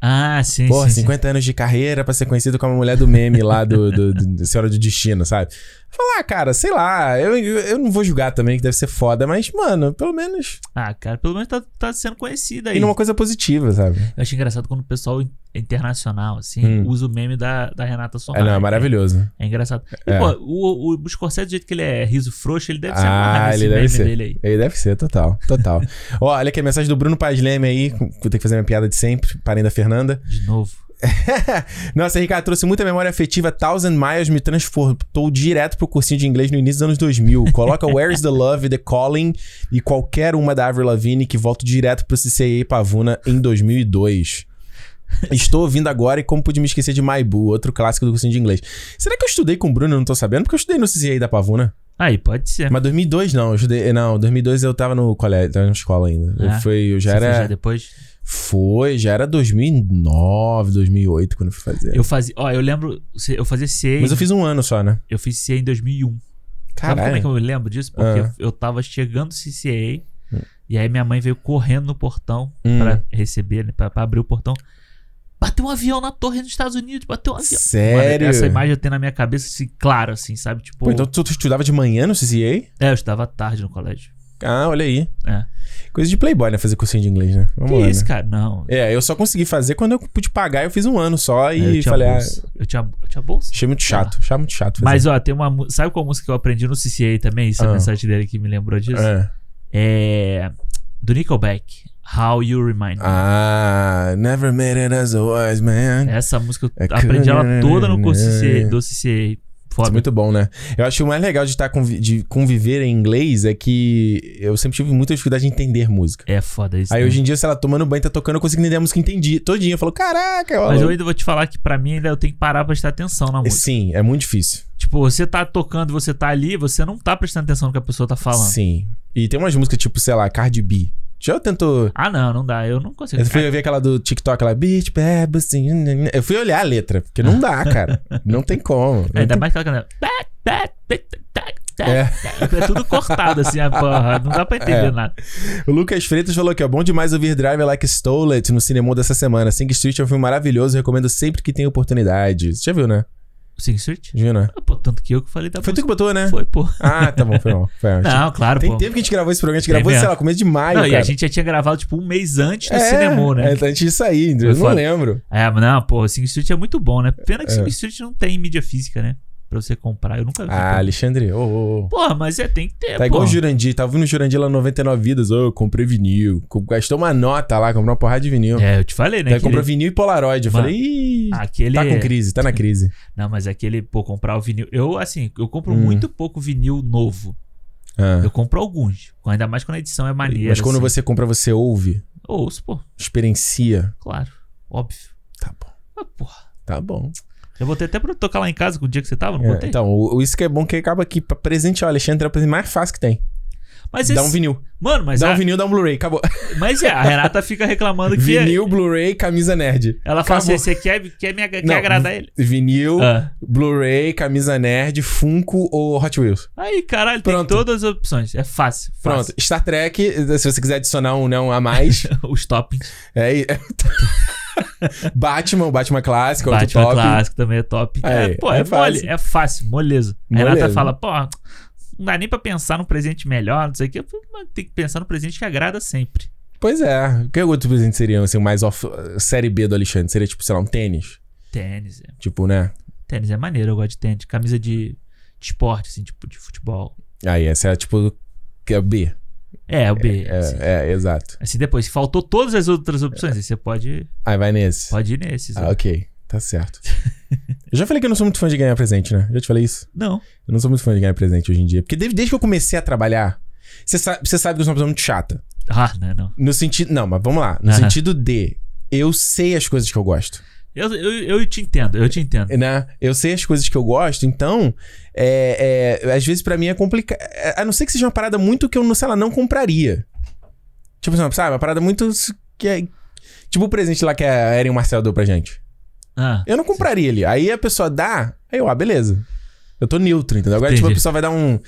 Speaker 2: Ah, sim,
Speaker 1: Porra,
Speaker 2: sim, sim.
Speaker 1: 50 anos de carreira pra ser conhecido como a mulher do meme lá do, do, do- do Senhora do Destino, sabe? Falar, cara, sei lá, eu, eu eu não vou julgar também, que deve ser foda, mas, mano, pelo menos.
Speaker 2: Ah, cara, pelo menos tá, tá sendo conhecida aí.
Speaker 1: E numa coisa positiva, sabe?
Speaker 2: Eu acho engraçado quando o pessoal in- internacional, assim,
Speaker 1: Hum.
Speaker 2: usa o meme da, da Renata Sorra.
Speaker 1: É, não, é maravilhoso.
Speaker 2: É engraçado. E,
Speaker 1: É.
Speaker 2: pô, o, o, o Scorsese, do jeito que ele é riso frouxo, ele deve ser
Speaker 1: Ah,
Speaker 2: amarrado nesse
Speaker 1: ele deve
Speaker 2: meme
Speaker 1: ser.
Speaker 2: dele aí.
Speaker 1: Ele deve ser, total, total. Ó, olha aqui a mensagem do Bruno Paz Leme aí, vou ter que fazer minha piada de sempre, parem da Fernanda.
Speaker 2: De novo.
Speaker 1: Nossa, Ricardo, trouxe muita memória afetiva, Thousand Miles me transportou direto pro cursinho de inglês no início dos anos 2000. Coloca Where is the Love, The Calling e qualquer uma da Avril Lavigne que volto direto pro CCA Pavuna em 2002. Estou ouvindo agora e como pude me esquecer de Maibu, outro clássico do cursinho de inglês. Será que eu estudei com o Bruno? Eu não tô sabendo, porque eu estudei no CCA da Pavuna.
Speaker 2: Aí, pode ser.
Speaker 1: Mas 2002 não, eu estudei, não, 2002 eu tava no colégio, tava na escola ainda. Eu
Speaker 2: Ah,
Speaker 1: fui, eu já
Speaker 2: Você foi
Speaker 1: era
Speaker 2: já depois?
Speaker 1: Foi, já era 2009, 2008 quando eu fui fazer.
Speaker 2: Eu fazia. Ó, eu lembro. se- Eu fazia CA.
Speaker 1: Mas eu fiz um ano só, né?
Speaker 2: Eu fiz CA em 2001. Sabe como é que eu me lembro disso? Porque
Speaker 1: Ah.
Speaker 2: eu tava chegando do CCA. E aí minha mãe veio correndo no portão
Speaker 1: Hum.
Speaker 2: pra receber, né? Pra, pra abrir o portão. Bateu um avião na torre nos Estados Unidos, bateu um avião. Mano,
Speaker 1: Sério?
Speaker 2: essa imagem eu tenho na minha cabeça, assim, claro, assim, sabe? Tipo.
Speaker 1: Pô, então tu, tu estudava de manhã no CCA?
Speaker 2: É, eu estudava à tarde no colégio.
Speaker 1: Ah, olha aí.
Speaker 2: É.
Speaker 1: Coisa de playboy, né? Fazer cursinho de inglês, né? Vamos
Speaker 2: que
Speaker 1: lá,
Speaker 2: isso,
Speaker 1: né?
Speaker 2: cara? Não.
Speaker 1: É, eu só consegui fazer quando eu pude pagar, eu fiz um ano só
Speaker 2: É,
Speaker 1: e
Speaker 2: eu tinha
Speaker 1: falei, ah,
Speaker 2: bolsa. Eu tinha, eu tinha bolsa?
Speaker 1: achei muito chato, achei muito chato. fazer.
Speaker 2: Mas, um ó, tem uma. mu- Sabe qual música que eu aprendi no CCA também? Isso é
Speaker 1: Ah.
Speaker 2: a mensagem dele que me lembrou disso.
Speaker 1: É.
Speaker 2: É. Do Nickelback. How You Remind Me.
Speaker 1: Ah, never made it as a wise man.
Speaker 2: Essa música eu
Speaker 1: É que-
Speaker 2: aprendi ela toda no curso CCA, do CCA.
Speaker 1: Isso é
Speaker 2: Foda.
Speaker 1: muito bom, né? Eu acho que o mais legal de, estar convi- de conviver em inglês é que eu sempre tive muita dificuldade de entender música.
Speaker 2: É foda isso.
Speaker 1: Aí
Speaker 2: né?
Speaker 1: hoje em dia, se ela tomando banho, tá tocando, eu consigo entender a música entendi, todinha. Eu falo, caraca, ó.
Speaker 2: Mas eu ainda vou te falar que pra mim ainda eu tenho que parar pra prestar atenção na música.
Speaker 1: Sim, é muito difícil.
Speaker 2: Tipo, você tá tocando, você tá ali, você não tá prestando atenção no que a pessoa tá falando.
Speaker 1: Sim. E tem umas músicas tipo, sei lá, Cardi B. Já tentou.
Speaker 2: Ah, não, não dá. Eu não consigo.
Speaker 1: Eu fui ouvir aquela do TikTok, ela. Bitch, bebe, assim. né, né. Eu fui olhar a letra, porque não dá, cara. não tem como. Não
Speaker 2: É, ainda
Speaker 1: tem-
Speaker 2: mais que ela canta. "Bat, bat, bat, bat, bat",
Speaker 1: É.
Speaker 2: É tudo cortado assim, a porra. Não dá pra entender
Speaker 1: É.
Speaker 2: nada.
Speaker 1: O Lucas Freitas falou que é bom demais ouvir Drive Like Stole It no cinema dessa semana. Sing Street é um filme maravilhoso, recomendo sempre que tem oportunidade. Você já viu, né?
Speaker 2: Sing Street?
Speaker 1: Já Viu, né?
Speaker 2: Ah, Pô, tanto que eu que falei da
Speaker 1: Foi tu
Speaker 2: música.
Speaker 1: que botou, né?
Speaker 2: Foi, pô.
Speaker 1: Ah, tá bom, foi mal. Foi mal.
Speaker 2: Não, claro,
Speaker 1: Tem
Speaker 2: pô.
Speaker 1: tempo que a gente gravou esse programa, a gente
Speaker 2: Tem
Speaker 1: gravou, sei
Speaker 2: mesmo.
Speaker 1: lá, começo de maio,
Speaker 2: Não,
Speaker 1: cara.
Speaker 2: e a gente já tinha gravado, tipo, um mês antes do
Speaker 1: É,
Speaker 2: cinema, né?
Speaker 1: é, antes de sair, eu
Speaker 2: Foi
Speaker 1: não
Speaker 2: foda.
Speaker 1: lembro.
Speaker 2: É, mas não, pô, Sing Street é muito bom, né? Pena que Sing Street não tem mídia física, né? Pra você comprar. Eu nunca vi.
Speaker 1: Ah, Alexandre, ô, ô, ô.
Speaker 2: Porra, mas é, tem que ter,
Speaker 1: Tá
Speaker 2: pô.
Speaker 1: igual o Jurandir, tava vindo o Jurandir lá no 99 Vidas, ô, eu comprei vinil. Co- Gastou uma nota lá, comprou uma porrada de vinil.
Speaker 2: É, eu te falei, né?
Speaker 1: Daí comprou
Speaker 2: aquele...
Speaker 1: vinil e Polaroid. Eu
Speaker 2: Mano, é.
Speaker 1: falei, ih,
Speaker 2: Aquele...
Speaker 1: tá com crise, tá na crise.
Speaker 2: Não, mas aquele, pô, comprar o vinil. Eu, assim, eu compro
Speaker 1: Hum.
Speaker 2: muito pouco vinil novo.
Speaker 1: Ah.
Speaker 2: Eu compro alguns. Ainda mais quando a edição é maneira.
Speaker 1: Mas quando
Speaker 2: assim.
Speaker 1: você compra, você ouve,
Speaker 2: Eu Ouço, pô,
Speaker 1: experiencia.
Speaker 2: claro. Óbvio.
Speaker 1: Tá bom,
Speaker 2: Mas, porra.
Speaker 1: tá bom.
Speaker 2: Eu botei até pra tocar lá em casa com o dia que você tava, não
Speaker 1: É,
Speaker 2: botei?
Speaker 1: então, o, o- isso que é bom que acaba aqui pra presentear o Alexandre é o presente mais fácil que tem.
Speaker 2: mas
Speaker 1: Dá
Speaker 2: esse...
Speaker 1: um vinil.
Speaker 2: Mano, mas,
Speaker 1: Dá
Speaker 2: a...
Speaker 1: um vinil, dá um Blu-ray, acabou.
Speaker 2: mas é, a Renata fica reclamando que. é
Speaker 1: Vinil, Blu-ray, camisa nerd.
Speaker 2: Ela fala assim:
Speaker 1: Acabou.
Speaker 2: você quer, quer, me... ag- quer
Speaker 1: Não,
Speaker 2: agradar ele?
Speaker 1: Vinil,
Speaker 2: Ah.
Speaker 1: Blu-ray, camisa nerd, Funko ou Hot Wheels.
Speaker 2: Aí, caralho,
Speaker 1: Pronto.
Speaker 2: tem todas as opções. É fácil.
Speaker 1: Pronto.
Speaker 2: fácil.
Speaker 1: Star Trek, se você quiser adicionar um não a mais.
Speaker 2: Os toppings.
Speaker 1: é, e- Batman, o Batman clássico, outro
Speaker 2: Batman
Speaker 1: top.
Speaker 2: clássico também é top.
Speaker 1: Aí,
Speaker 2: é, pô,
Speaker 1: é
Speaker 2: é,
Speaker 1: fácil.
Speaker 2: mole, é fácil, moleza. A
Speaker 1: Moleza.
Speaker 2: Renata fala, pô, não dá nem pra pensar num presente melhor, não sei o quê. Eu falei, mas Tem que pensar no presente que agrada sempre.
Speaker 1: Pois é. O que outro presente seria assim, o mais off, série B do Alexandre? Seria tipo, sei lá, um tênis.
Speaker 2: Tênis. é.
Speaker 1: Tipo, né?
Speaker 2: Tênis é maneiro, eu gosto de tênis. Camisa de, de esporte, assim, tipo de futebol.
Speaker 1: Aí, essa é tipo. Que é B.
Speaker 2: É, o B.
Speaker 1: É,
Speaker 2: assim.
Speaker 1: é, exato.
Speaker 2: Assim, depois, se faltou todas as outras opções, aí você pode,
Speaker 1: Aí vai nesse.
Speaker 2: pode ir nesses.
Speaker 1: Ah, ok. Tá certo. eu já falei que eu não sou muito fã de ganhar presente, né? Já te falei isso?
Speaker 2: Não.
Speaker 1: Eu não sou muito fã de ganhar presente hoje em dia. Porque desde, desde que eu comecei a trabalhar, você sabe, você sabe que eu sou uma pessoa muito chata.
Speaker 2: Ah, não, não.
Speaker 1: No sentido. Não, mas vamos lá. No
Speaker 2: Aham.
Speaker 1: sentido de. Eu sei as coisas que eu gosto.
Speaker 2: Eu, eu, eu te entendo, eu te entendo.
Speaker 1: Né? Eu sei as coisas que eu gosto, então. é- é, às vezes pra mim é complicado. A não ser que seja uma parada muito que eu, não sei lá, não compraria. Tipo assim, sabe? Uma parada muito. s- Que é, tipo o presente lá que a Erin Marcel deu pra gente.
Speaker 2: Ah,
Speaker 1: Eu não compraria ele. Aí a pessoa dá, aí eu, ah, beleza. Eu tô neutro, entendeu? Agora, tipo, a
Speaker 2: Entendi.
Speaker 1: pessoa vai dar um.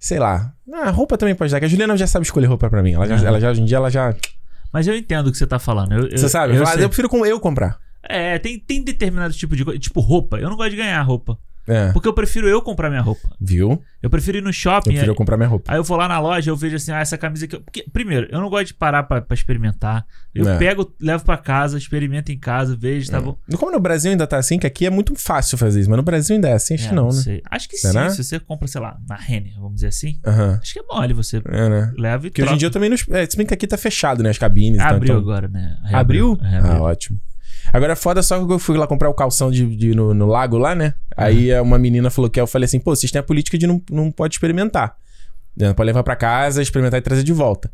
Speaker 1: Sei lá. Ah, roupa também pode dar, que a Juliana já sabe escolher roupa pra mim. Ela já,
Speaker 2: Uhum.
Speaker 1: ela já hoje em dia, ela já.
Speaker 2: mas eu entendo o que você tá falando. Eu- eu-
Speaker 1: você sabe?
Speaker 2: eu
Speaker 1: Ela- Eu,
Speaker 2: sei.
Speaker 1: prefiro com eu comprar.
Speaker 2: É, tem, tem determinado tipo de coisa. Tipo roupa. Eu não gosto de ganhar roupa.
Speaker 1: É.
Speaker 2: Porque eu prefiro eu comprar minha roupa.
Speaker 1: Viu?
Speaker 2: Eu prefiro ir no
Speaker 1: Eu
Speaker 2: shopping.
Speaker 1: prefiro eu comprar minha roupa.
Speaker 2: Aí eu vou lá na loja, eu vejo assim, ah, essa camisa aqui. eu- Porque, primeiro, eu não gosto de parar pra, pra experimentar. Eu
Speaker 1: É.
Speaker 2: pego, levo pra casa, experimento em casa, vejo, tá bom.
Speaker 1: Como no Brasil ainda tá assim, que aqui é muito fácil fazer isso, mas no Brasil ainda é assim, acho
Speaker 2: É,
Speaker 1: que não, né?
Speaker 2: sei. Acho que
Speaker 1: Será?
Speaker 2: sim. Se você compra, sei lá, na Renner, vamos dizer assim.
Speaker 1: Aham.
Speaker 2: Acho que é mole você
Speaker 1: É, né?
Speaker 2: leva e
Speaker 1: Porque hoje em dia eu também não. É, se bem que aqui tá fechado, né? As cabines e tal,
Speaker 2: Abriu
Speaker 1: então-
Speaker 2: agora, né?
Speaker 1: Abriu?
Speaker 2: É,
Speaker 1: Ah,
Speaker 2: abriu.
Speaker 1: ótimo. Agora, é foda só que eu fui lá comprar o calção de, de- no, no lago lá, né? Aí é, uma menina falou que eu falei assim, pô, vocês têm a política de não, não pode experimentar. né? Não pode levar pra casa, experimentar e trazer de volta.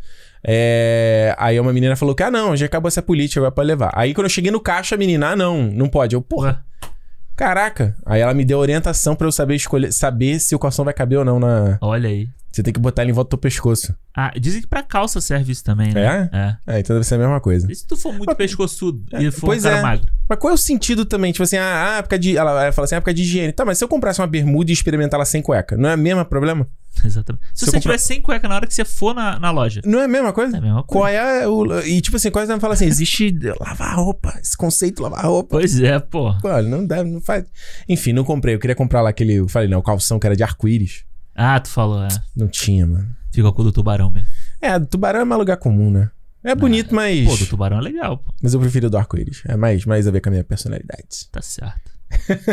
Speaker 1: É, Aí uma menina falou que, ah, não, já acabou essa política, agora pode levar. Aí quando eu cheguei no caixa, a menina, ah, não, não pode. Eu, porra,
Speaker 2: Porra.
Speaker 1: caraca. Aí ela me deu orientação pra eu saber escolher, saber se o calção vai caber ou não na...
Speaker 2: Olha aí.
Speaker 1: Você tem que botar ele em volta do teu pescoço.
Speaker 2: Ah, dizem que pra calça serve isso também, né? É?
Speaker 1: É, então deve ser a mesma coisa.
Speaker 2: E se tu for muito
Speaker 1: Mas-
Speaker 2: pescoçudo e for
Speaker 1: pois
Speaker 2: um cara
Speaker 1: é.
Speaker 2: magro?
Speaker 1: Mas qual é o sentido também? Tipo assim, ah, ah, época de. Ela, ela fala assim, ah, época de higiene. Tá, mas se eu comprasse uma bermuda e experimentar ela sem cueca, não é o mesmo problema?
Speaker 2: Exatamente. Se,
Speaker 1: Se eu
Speaker 2: você
Speaker 1: comprar-
Speaker 2: tiver sem cueca na hora que você for na, na loja,
Speaker 1: Não é a mesma coisa?
Speaker 2: é a mesma coisa.
Speaker 1: Qual é o. E tipo assim, quase ela fala assim: existe lavar roupa, esse conceito lavar roupa.
Speaker 2: Pois é, pô.
Speaker 1: Pô, não deve, não faz. Enfim, não comprei. Eu queria comprar lá aquele. Eu falei, não, o calção que era de arco-íris.
Speaker 2: Ah, tu falou, é.
Speaker 1: Não tinha, mano.
Speaker 2: Ficou com o do tubarão mesmo.
Speaker 1: É, do tubarão é mais lugar comum, né? É bonito, mas.
Speaker 2: Pô, do tubarão é legal, pô.
Speaker 1: Mas eu prefiro o do arco-íris. É mais, mais a ver com a minha personalidade.
Speaker 2: Tá certo.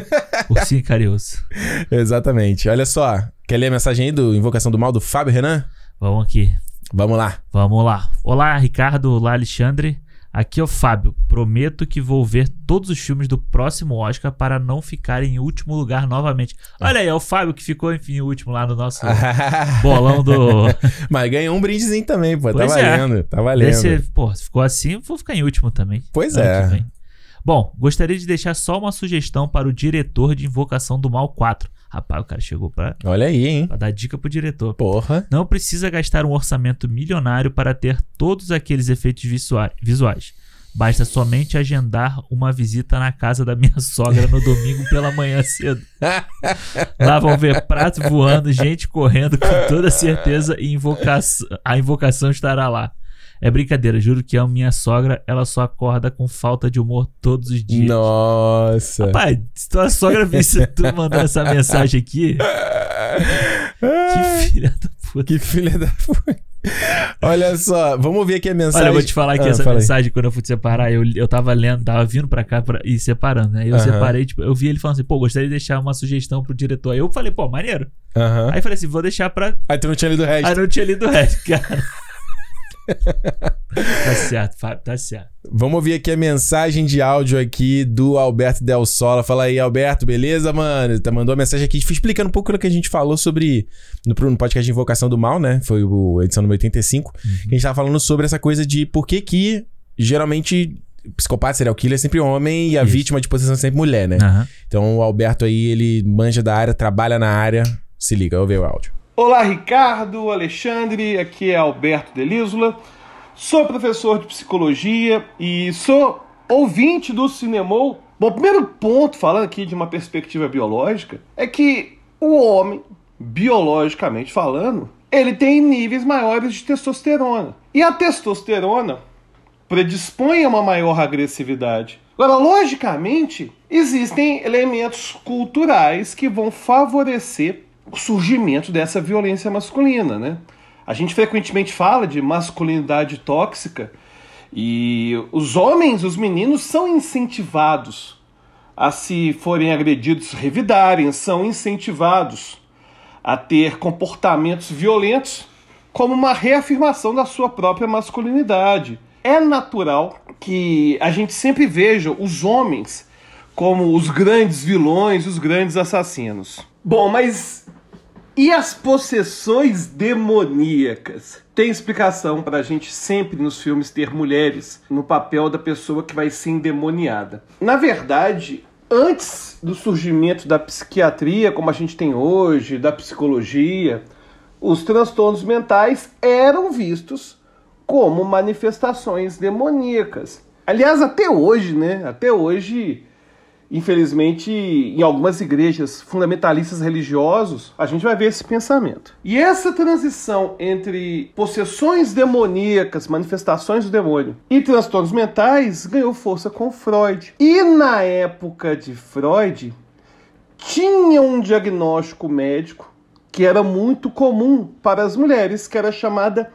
Speaker 2: Ursinho carinhoso.
Speaker 1: Exatamente. Olha só. Quer ler a mensagem aí do Invocação do Mal do Fábio Renan?
Speaker 2: Vamos aqui.
Speaker 1: Vamos lá.
Speaker 2: Vamos lá. Olá, Ricardo. Olá, Alexandre. Aqui é o Fábio. Prometo que vou ver todos os filmes do próximo Oscar para não ficar em último lugar novamente.
Speaker 1: Ah.
Speaker 2: Olha aí, é o Fábio que ficou, enfim, em último lá no nosso bolão do.
Speaker 1: Mas ganhou um brindezinho também, pô.
Speaker 2: Pois
Speaker 1: tá
Speaker 2: é.
Speaker 1: valendo. Tá valendo.
Speaker 2: Desse, pô, se ficou assim, eu vou ficar em último também.
Speaker 1: Pois
Speaker 2: Ano que
Speaker 1: é.
Speaker 2: vem. Bom, gostaria de deixar só uma sugestão para o diretor de Invocação do Mal 4. Rapaz, o cara chegou pra,
Speaker 1: Olha aí, hein?
Speaker 2: pra dar dica pro diretor.
Speaker 1: Porra.
Speaker 2: Não precisa gastar um orçamento milionário para ter todos aqueles efeitos visua- visuais. Basta somente agendar uma visita na casa da minha sogra no domingo pela manhã cedo. Lá vão ver prato voando, gente correndo com toda certeza e invocação- a invocação estará lá. É brincadeira, juro que a minha sogra, ela só acorda com falta de humor todos os dias.
Speaker 1: Nossa.
Speaker 2: Pai, se tua sogra visse tu mandando essa mensagem aqui, que filha da puta.
Speaker 1: Que filha da puta. Olha só, vamos ver aqui a mensagem.
Speaker 2: Olha, eu vou te falar que
Speaker 1: Ah,
Speaker 2: essa
Speaker 1: fala aí.
Speaker 2: mensagem, quando eu fui te separar, eu, eu tava lendo, tava vindo pra cá pra- e separando, né? Eu
Speaker 1: Aham.
Speaker 2: separei, tipo, eu vi ele falando assim, pô, gostaria de deixar uma sugestão pro diretor. Aí eu falei, pô, maneiro.
Speaker 1: Aham.
Speaker 2: Aí eu falei assim, vou deixar pra.
Speaker 1: Aí tu não tinha lido o resto.
Speaker 2: Aí não tinha lido o resto, cara. tá certo, Fábio, tá certo.
Speaker 1: Vamos ouvir aqui a mensagem de áudio aqui do Alberto Del Sola. Fala aí, Alberto, beleza, mano? Tá- Mandou uma mensagem aqui explicando um pouco do que a gente falou sobre. No, no podcast de Invocação do Mal, né? Foi o a edição número 85. que a gente tava falando sobre essa coisa de por que que geralmente. Psicopata, serial killer é sempre homem e a
Speaker 2: Isso.
Speaker 1: vítima de possessão é sempre mulher, né?
Speaker 2: Aham.
Speaker 1: Então o Alberto aí, ele manja da área, trabalha na área. Se liga, eu ver o áudio.
Speaker 6: Olá, Ricardo, Alexandre, aqui é Alberto Delisula. Sou professor de psicologia e sou ouvinte do Cinemol. Bom, o primeiro ponto, falando aqui de uma perspectiva biológica, é que o homem, biologicamente falando, ele tem níveis maiores de testosterona. E a testosterona, predispõe a uma maior agressividade. Agora, logicamente, existem elementos culturais que vão favorecer o surgimento dessa violência masculina, né? A gente frequentemente fala de masculinidade tóxica e os homens, os meninos, são incentivados a, se forem agredidos, revidarem, são incentivados a ter comportamentos violentos como uma reafirmação da sua própria masculinidade. É natural que a gente sempre veja os homens como os grandes vilões, os grandes assassinos. Bom, mas e as possessões demoníacas? Tem explicação pra gente sempre nos filmes ter mulheres no papel da pessoa que vai ser endemoniada. Na verdade, antes do surgimento da psiquiatria, como a gente tem hoje, da psicologia, os transtornos mentais eram vistos como manifestações demoníacas. Aliás, até hoje, né? Até hoje infelizmente, em algumas igrejas fundamentalistas religiosos, a gente vai ver esse pensamento. E essa transição entre possessões demoníacas, manifestações do demônio, e transtornos mentais ganhou força com Freud. E na época de Freud, tinha um diagnóstico médico que era muito comum para as mulheres, que era chamada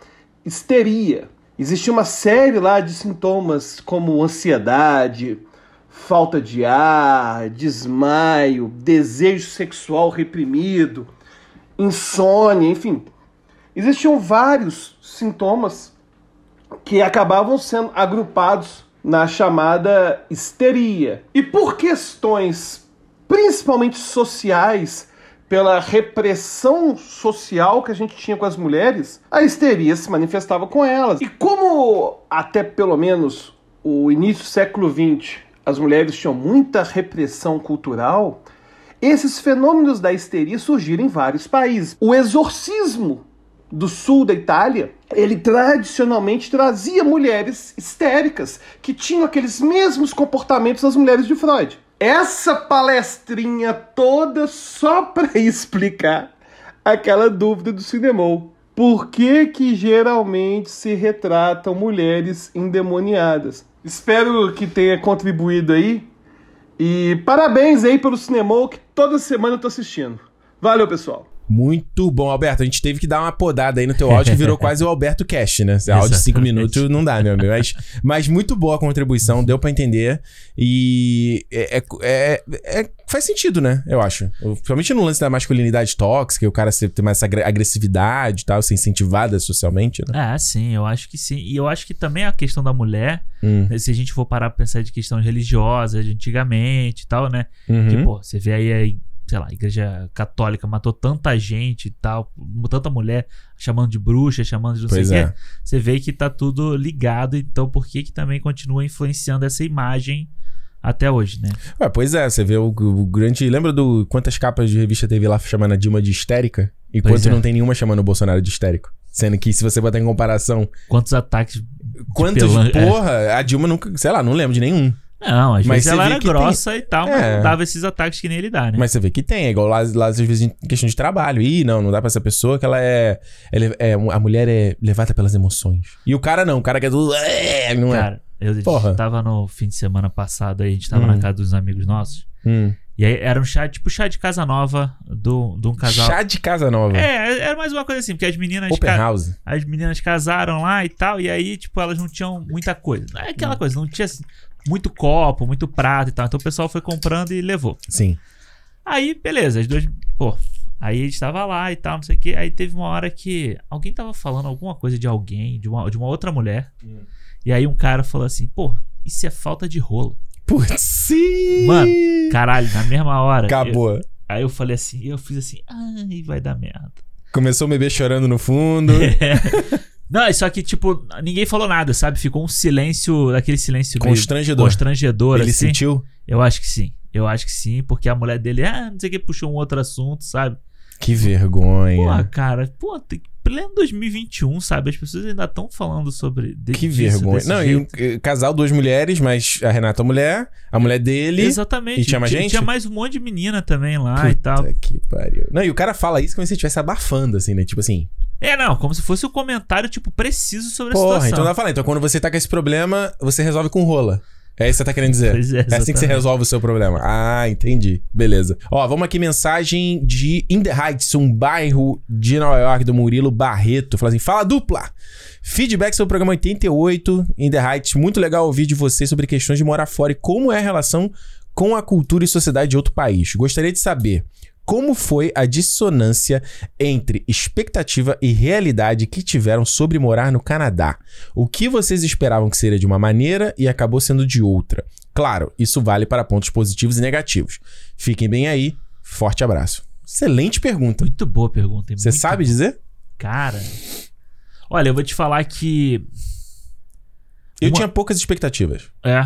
Speaker 6: histeria. Existia uma série lá de sintomas como ansiedade, falta de ar, desmaio, desejo sexual reprimido, insônia, enfim. Existiam vários sintomas que acabavam sendo agrupados na chamada histeria. E por questões principalmente sociais, pela repressão social que a gente tinha com as mulheres, a histeria se manifestava com elas. E como até pelo menos o início do século XX as mulheres tinham muita repressão cultural, esses fenômenos da histeria surgiram em vários países. O exorcismo do sul da Itália, ele tradicionalmente trazia mulheres histéricas que tinham aqueles mesmos comportamentos das mulheres de Freud. Essa palestrinha toda só para explicar aquela dúvida do cinemol. Por que que geralmente se retratam mulheres endemoniadas? Espero que tenha contribuído aí. E parabéns aí pelo cinemol que toda semana eu tô assistindo. Valeu, pessoal.
Speaker 1: Muito bom, Alberto. A gente teve que dar uma podada aí no teu áudio, que virou quase o Alberto Cash, né? Esse áudio de 5 minutos não dá, meu amigo. Mas, mas muito boa a contribuição, deu pra entender. E é, é- é- faz sentido, né? Eu acho. O- Principalmente no lance da masculinidade tóxica, o cara ser- ter mais essa agre- agressividade e tal, ser incentivada socialmente, né?
Speaker 2: Ah, sim, eu acho que sim. E eu acho que também a questão da mulher,
Speaker 1: Hum.
Speaker 2: né, se a gente for parar pra pensar de questões religiosas de antigamente e tal, né?
Speaker 1: Uhum.
Speaker 2: Que, pô, você vê aí, aí, sei lá, a igreja católica matou tanta gente e tal, tanta mulher, chamando de bruxa, chamando de não
Speaker 1: pois
Speaker 2: sei o
Speaker 1: é.
Speaker 2: quê. Você vê que tá tudo ligado, então por que que também continua influenciando essa imagem até hoje, né?
Speaker 1: Ué, pois é, você vê o, o grande. Lembra do quantas capas de revista teve lá chamando a Dilma de histérica? E
Speaker 2: Pois
Speaker 1: quanto
Speaker 2: é.
Speaker 1: não tem nenhuma chamando o Bolsonaro de histérico? Sendo que, se você botar em comparação,
Speaker 2: Quantos ataques...
Speaker 1: quantos,
Speaker 2: pelan- é.
Speaker 1: porra, a Dilma nunca, sei lá, não lembro de nenhum.
Speaker 2: Não, às
Speaker 1: Mas
Speaker 2: vezes
Speaker 1: você
Speaker 2: ela
Speaker 1: vê
Speaker 2: era
Speaker 1: que tem-
Speaker 2: grossa e tal, mas
Speaker 1: É.
Speaker 2: não dava esses ataques que nem ele dá, né?
Speaker 1: Mas você vê que tem, é igual lá, lá às vezes em questão de trabalho. Ih, não, não dá pra essa pessoa que ela é. ela é- é um- a mulher é levada pelas emoções. E o cara não, o cara que é tudo. "É", Não é.
Speaker 2: Cara, eu
Speaker 1: Porra.
Speaker 2: tava no fim de semana passado aí, a gente tava na
Speaker 1: Hum.
Speaker 2: casa dos amigos nossos.
Speaker 1: Hum.
Speaker 2: E aí era um chá, tipo chá de casa nova do, de um casal.
Speaker 1: Chá de casa nova.
Speaker 2: É, era mais uma coisa assim, porque as meninas,
Speaker 1: Open
Speaker 2: ca-
Speaker 1: house.
Speaker 2: as meninas casaram lá e tal, e aí, tipo, elas não tinham muita coisa. Não é aquela coisa, não tinha assim, muito copo, muito prato e tal. Então o pessoal foi comprando e levou.
Speaker 1: Sim.
Speaker 2: Aí, beleza, as duas. Pô, aí a gente tava lá e tal, não sei o quê. Aí teve uma hora que alguém tava falando alguma coisa de alguém, de uma, de uma outra mulher. E aí um cara falou assim, pô, isso é falta de rolo.
Speaker 1: Putz. sim.
Speaker 2: Mano, Caralho, na mesma hora. eu-
Speaker 1: Acabou.
Speaker 2: aí eu falei assim, eu fiz assim, ai, vai dar merda.
Speaker 1: Começou o bebê chorando no fundo.
Speaker 2: Não, é só que, tipo, ninguém falou nada, sabe? Ficou um silêncio, aquele silêncio meio
Speaker 1: Constrangedor.
Speaker 2: Tipo, constrangedor
Speaker 1: Ele
Speaker 2: assim.
Speaker 1: sentiu
Speaker 2: Eu acho que sim. Eu acho que sim, porque a mulher dele, ah, não sei o que, puxou um outro assunto, sabe?
Speaker 1: que vergonha.
Speaker 2: Porra, cara, pô, tem- pleno 2021, sabe? As pessoas ainda estão falando sobre. de-
Speaker 1: que
Speaker 2: disso,
Speaker 1: vergonha.
Speaker 2: desse
Speaker 1: Não, e
Speaker 2: jeito.
Speaker 1: um eh, casal, duas mulheres, mas a Renata é mulher, a mulher dele.
Speaker 2: Exatamente.
Speaker 1: e tinha mais
Speaker 2: Tinha-
Speaker 1: gente?
Speaker 2: Tinha mais um monte de menina também lá e
Speaker 1: Puta
Speaker 2: tal.
Speaker 1: que pariu. Não, e o cara fala isso como se ele estivesse abafando, assim, né? Tipo assim,
Speaker 2: É, não, como se fosse um comentário, tipo, preciso sobre a
Speaker 1: Porra,
Speaker 2: situação.
Speaker 1: então dá pra falar. Então quando você tá com esse problema, você resolve com rola. É isso que você tá querendo dizer.
Speaker 2: Pois
Speaker 1: É
Speaker 2: é,
Speaker 1: assim que você
Speaker 2: exatamente.
Speaker 1: resolve o seu problema. Ah, entendi. Beleza. Ó, vamos aqui mensagem de In The Heights, um bairro de Nova York, do Murilo Barreto. Fala assim, fala dupla! Feedback sobre o programa 88, In The Heights. Muito legal ouvir de vocês sobre questões de morar fora e como é a relação com a cultura e sociedade de outro país. Gostaria de saber como foi a dissonância entre expectativa e realidade que tiveram sobre morar no Canadá. O que vocês esperavam que seria de uma maneira e acabou sendo de outra. Claro, isso vale para pontos positivos e negativos. Fiquem bem aí. Forte abraço. Excelente pergunta.
Speaker 2: Muito boa a pergunta. hein?
Speaker 1: Você
Speaker 2: Muito
Speaker 1: sabe dizer?
Speaker 2: Cara. Olha, eu vou te falar que.
Speaker 1: Eu
Speaker 2: Uma-
Speaker 1: tinha poucas expectativas.
Speaker 2: É.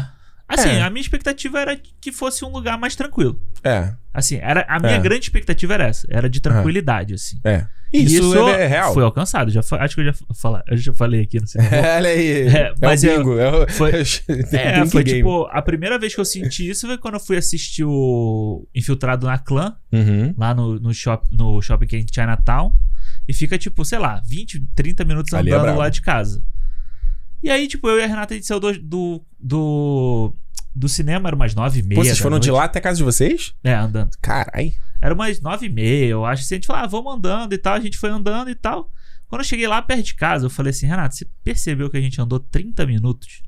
Speaker 2: Assim,
Speaker 1: É.
Speaker 2: a minha expectativa era que fosse um lugar mais tranquilo.
Speaker 1: É,
Speaker 2: Assim, era, a minha
Speaker 1: É.
Speaker 2: grande expectativa era essa. Era de tranquilidade, assim.
Speaker 1: é. Isso, é, é real.
Speaker 2: Foi alcançado. Já fa- acho que eu já, fa- falar, eu já falei aqui, não sei.
Speaker 1: Olha aí.
Speaker 2: É,
Speaker 1: É,
Speaker 2: mas
Speaker 1: o
Speaker 2: eu-
Speaker 1: bingo. É, o-
Speaker 2: foi-
Speaker 1: é o-
Speaker 2: É,
Speaker 1: bingo
Speaker 2: foi
Speaker 1: game.
Speaker 2: tipo, a primeira vez que eu senti isso foi quando eu fui assistir o Infiltrado na Clã,
Speaker 1: Uhum.
Speaker 2: lá no, no, shop, no shopping que é em Chinatown. E fica, tipo, sei lá, 20, 30 minutos
Speaker 1: Ali é
Speaker 2: andando
Speaker 1: brabo.
Speaker 2: lá de casa. E aí, tipo, eu e a Renata, a gente saiu do, do, do, do cinema, era umas nove e meia.
Speaker 1: Pô, vocês
Speaker 2: da
Speaker 1: foram de
Speaker 2: noite.
Speaker 1: lá até a casa de vocês?
Speaker 2: É, andando.
Speaker 1: Carai.
Speaker 2: Era umas nove e meia, eu acho. Assim, a gente falou, ah, vamos andando e tal. A gente foi andando e tal. Quando eu cheguei lá perto de casa, eu falei assim, Renato, você percebeu que a gente andou 30 minutos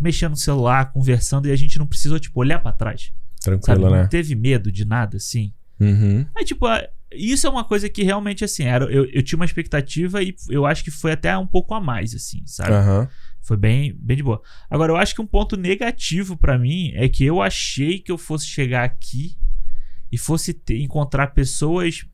Speaker 2: mexendo no celular, conversando, e a gente não precisou, tipo, olhar pra trás. Sabe?
Speaker 1: Tranquilo,
Speaker 2: Não
Speaker 1: né?
Speaker 2: teve medo de nada, assim.
Speaker 1: Uhum.
Speaker 2: Aí, tipo, a- isso é uma coisa que realmente, assim, era, eu, eu tinha uma expectativa e eu acho que foi até um pouco a mais, assim, sabe?
Speaker 1: Aham.
Speaker 2: Foi bem, bem de boa. Agora, eu acho que um ponto negativo pra mim é que eu achei que eu fosse chegar aqui e fosse ter- encontrar pessoas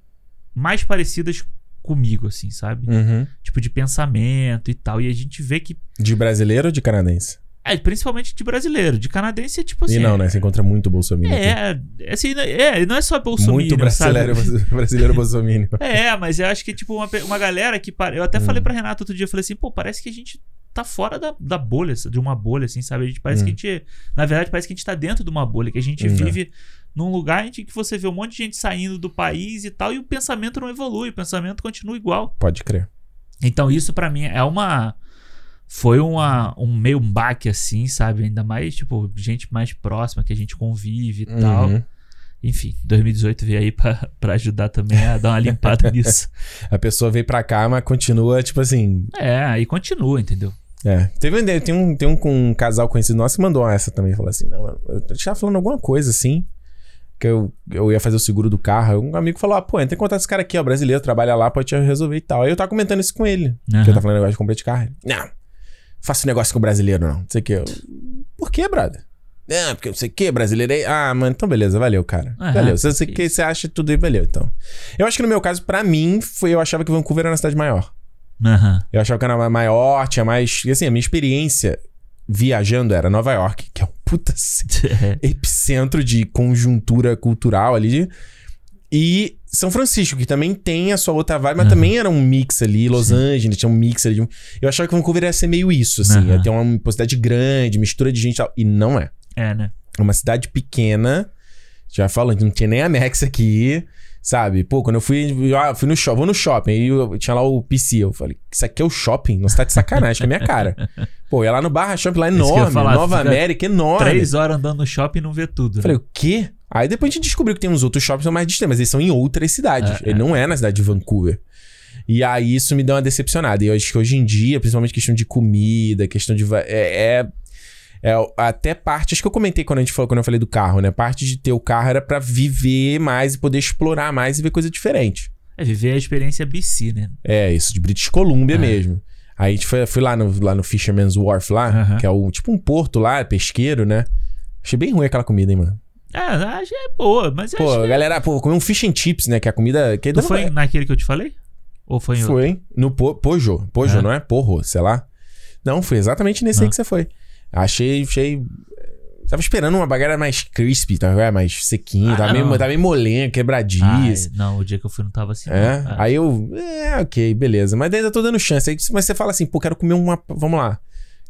Speaker 2: mais parecidas comigo, assim, sabe?
Speaker 1: Uhum.
Speaker 2: Tipo, de pensamento e tal. E a gente vê que.
Speaker 1: De brasileiro ou de canadense?
Speaker 2: É, principalmente de brasileiro. De canadense é tipo assim.
Speaker 1: e não, né? Você encontra muito bolsominion aqui.
Speaker 2: É, é, assim, é, não é só Bolsonaro.
Speaker 1: Muito brasileiro,
Speaker 2: sabe?
Speaker 1: brasileiro bolsominion.
Speaker 2: É, mas eu acho que, tipo, uma, pe- uma galera que. pare- Eu até falei
Speaker 1: Hum.
Speaker 2: pra Renato outro dia, eu falei assim, pô, parece que a gente tá fora da, da bolha, de uma bolha, assim, sabe? A gente parece
Speaker 1: Hum.
Speaker 2: que a gente. Na verdade, parece que a gente tá dentro de uma bolha, que a gente
Speaker 1: Hum, é.
Speaker 2: vive num lugar em que você vê um monte de gente saindo do país e tal, e o pensamento não evolui, o pensamento continua igual.
Speaker 1: Pode crer.
Speaker 2: Então, isso pra mim é uma. Foi uma, um meio um baque, assim, sabe? Ainda mais, tipo, gente mais próxima que a gente convive e tal.
Speaker 1: Uhum.
Speaker 2: Enfim, 2018 veio aí pra, pra ajudar também a dar uma limpada nisso.
Speaker 1: A pessoa veio pra cá, mas continua, tipo assim.
Speaker 2: É, aí continua, entendeu?
Speaker 1: É. Teve um, tem um, tem um, com um casal conhecido nosso que mandou essa também. Falou assim: não, eu eu tava falando alguma coisa assim. Que eu, eu ia fazer o seguro do carro. Aí Um amigo falou: ah, pô, entra em contato com esse cara aqui, ó, brasileiro, trabalha lá, pode te resolver e tal. Aí eu tava comentando isso com ele.
Speaker 2: Aham.
Speaker 1: Que eu tava falando um negócio de compra de carro. Ele, Não, faço negócio com brasileiro, não. Não sei o que. Eu, Por que, brother? Não, porque não sei o que, brasileiro aí. Ah, mano, então beleza, valeu, cara.
Speaker 2: Ah,
Speaker 1: valeu. Se você,
Speaker 2: que
Speaker 1: que você acha tudo aí, valeu, então. Eu acho que no meu caso, pra mim, foi eu achava que Vancouver era uma cidade maior.
Speaker 2: Aham.
Speaker 1: Eu achava que era maior, tinha mais. E assim, a minha experiência viajando era Nova York, que é um puta epicentro de conjuntura cultural ali. E São Francisco, que também tem a sua outra vibe, mas
Speaker 2: Aham.
Speaker 1: também era um mix ali. Los
Speaker 2: Uhum. Sim.
Speaker 1: Angeles tinha um mix ali. de um- Eu achava que Vancouver ia ser meio isso, assim.
Speaker 2: Aham.
Speaker 1: Ia ter uma cidade grande, mistura de gente e tal. E não é.
Speaker 2: É, né?
Speaker 1: É uma cidade pequena. Já falando, não tinha nem anexo aqui, sabe? Pô, quando eu fui, ah, fui no shopping, vou no shopping, aí eu- tinha lá o PC, eu falei, isso aqui é o shopping? Não, você tá de sacanagem com a minha cara. Pô, eu ia lá no Barra Shopping, lá
Speaker 2: Isso que eu ia
Speaker 1: enorme,
Speaker 2: falar,
Speaker 1: Nova
Speaker 2: fica
Speaker 1: América, enorme.
Speaker 2: Três horas andando no shopping e não vê tudo.
Speaker 1: Eu
Speaker 2: né?
Speaker 1: falei, o quê? Aí depois a gente descobriu que tem uns outros shoppings que são mais distantes, mas eles são em outras cidades.
Speaker 2: É,
Speaker 1: Ele não é na cidade de Vancouver. E aí isso me deu uma decepcionada. E eu acho que hoje em dia, principalmente questão de comida, questão de. va- É. é, é até parte, acho que eu comentei quando a gente falou, quando eu falei do carro, né? Parte de ter o carro era pra viver mais e poder explorar mais e ver coisa diferente.
Speaker 2: É viver a experiência BC, né?
Speaker 1: É, isso, de British Columbia
Speaker 2: É.
Speaker 1: mesmo. Aí a gente foi, fui lá no, lá no Fisherman's Wharf lá,
Speaker 2: Aham.
Speaker 1: que é o, tipo um porto lá, pesqueiro, né? Achei bem ruim aquela comida, hein, mano?
Speaker 2: É, acho que é boa, mas
Speaker 1: Pô,
Speaker 2: acho que...
Speaker 1: galera, pô, comer um fish and chips, né? Que é a comida. Que
Speaker 2: Tu
Speaker 1: não
Speaker 2: foi
Speaker 1: é-
Speaker 2: naquele que eu te falei? Ou foi em outro?
Speaker 1: Foi, hein? No po, Pojo. Pojo,
Speaker 2: É.
Speaker 1: não é? Porro, sei lá. Não, foi exatamente nesse aí
Speaker 2: Ah.
Speaker 1: que você foi. Achei, achei. eh, Tava esperando uma bagada mais crispy, tá? É, mais sequinha,
Speaker 2: Ah,
Speaker 1: tava, meio,
Speaker 2: não.
Speaker 1: tava meio molenha, quebradinha.
Speaker 2: Ai,
Speaker 1: assim.
Speaker 2: Ah, é, não, o dia que eu fui não tava assim.
Speaker 1: É,
Speaker 2: não. Ah,
Speaker 1: aí eu, é, ok, beleza. Mas daí ainda tô dando chance. Aí, mas você fala assim, pô, quero comer uma, vamos lá,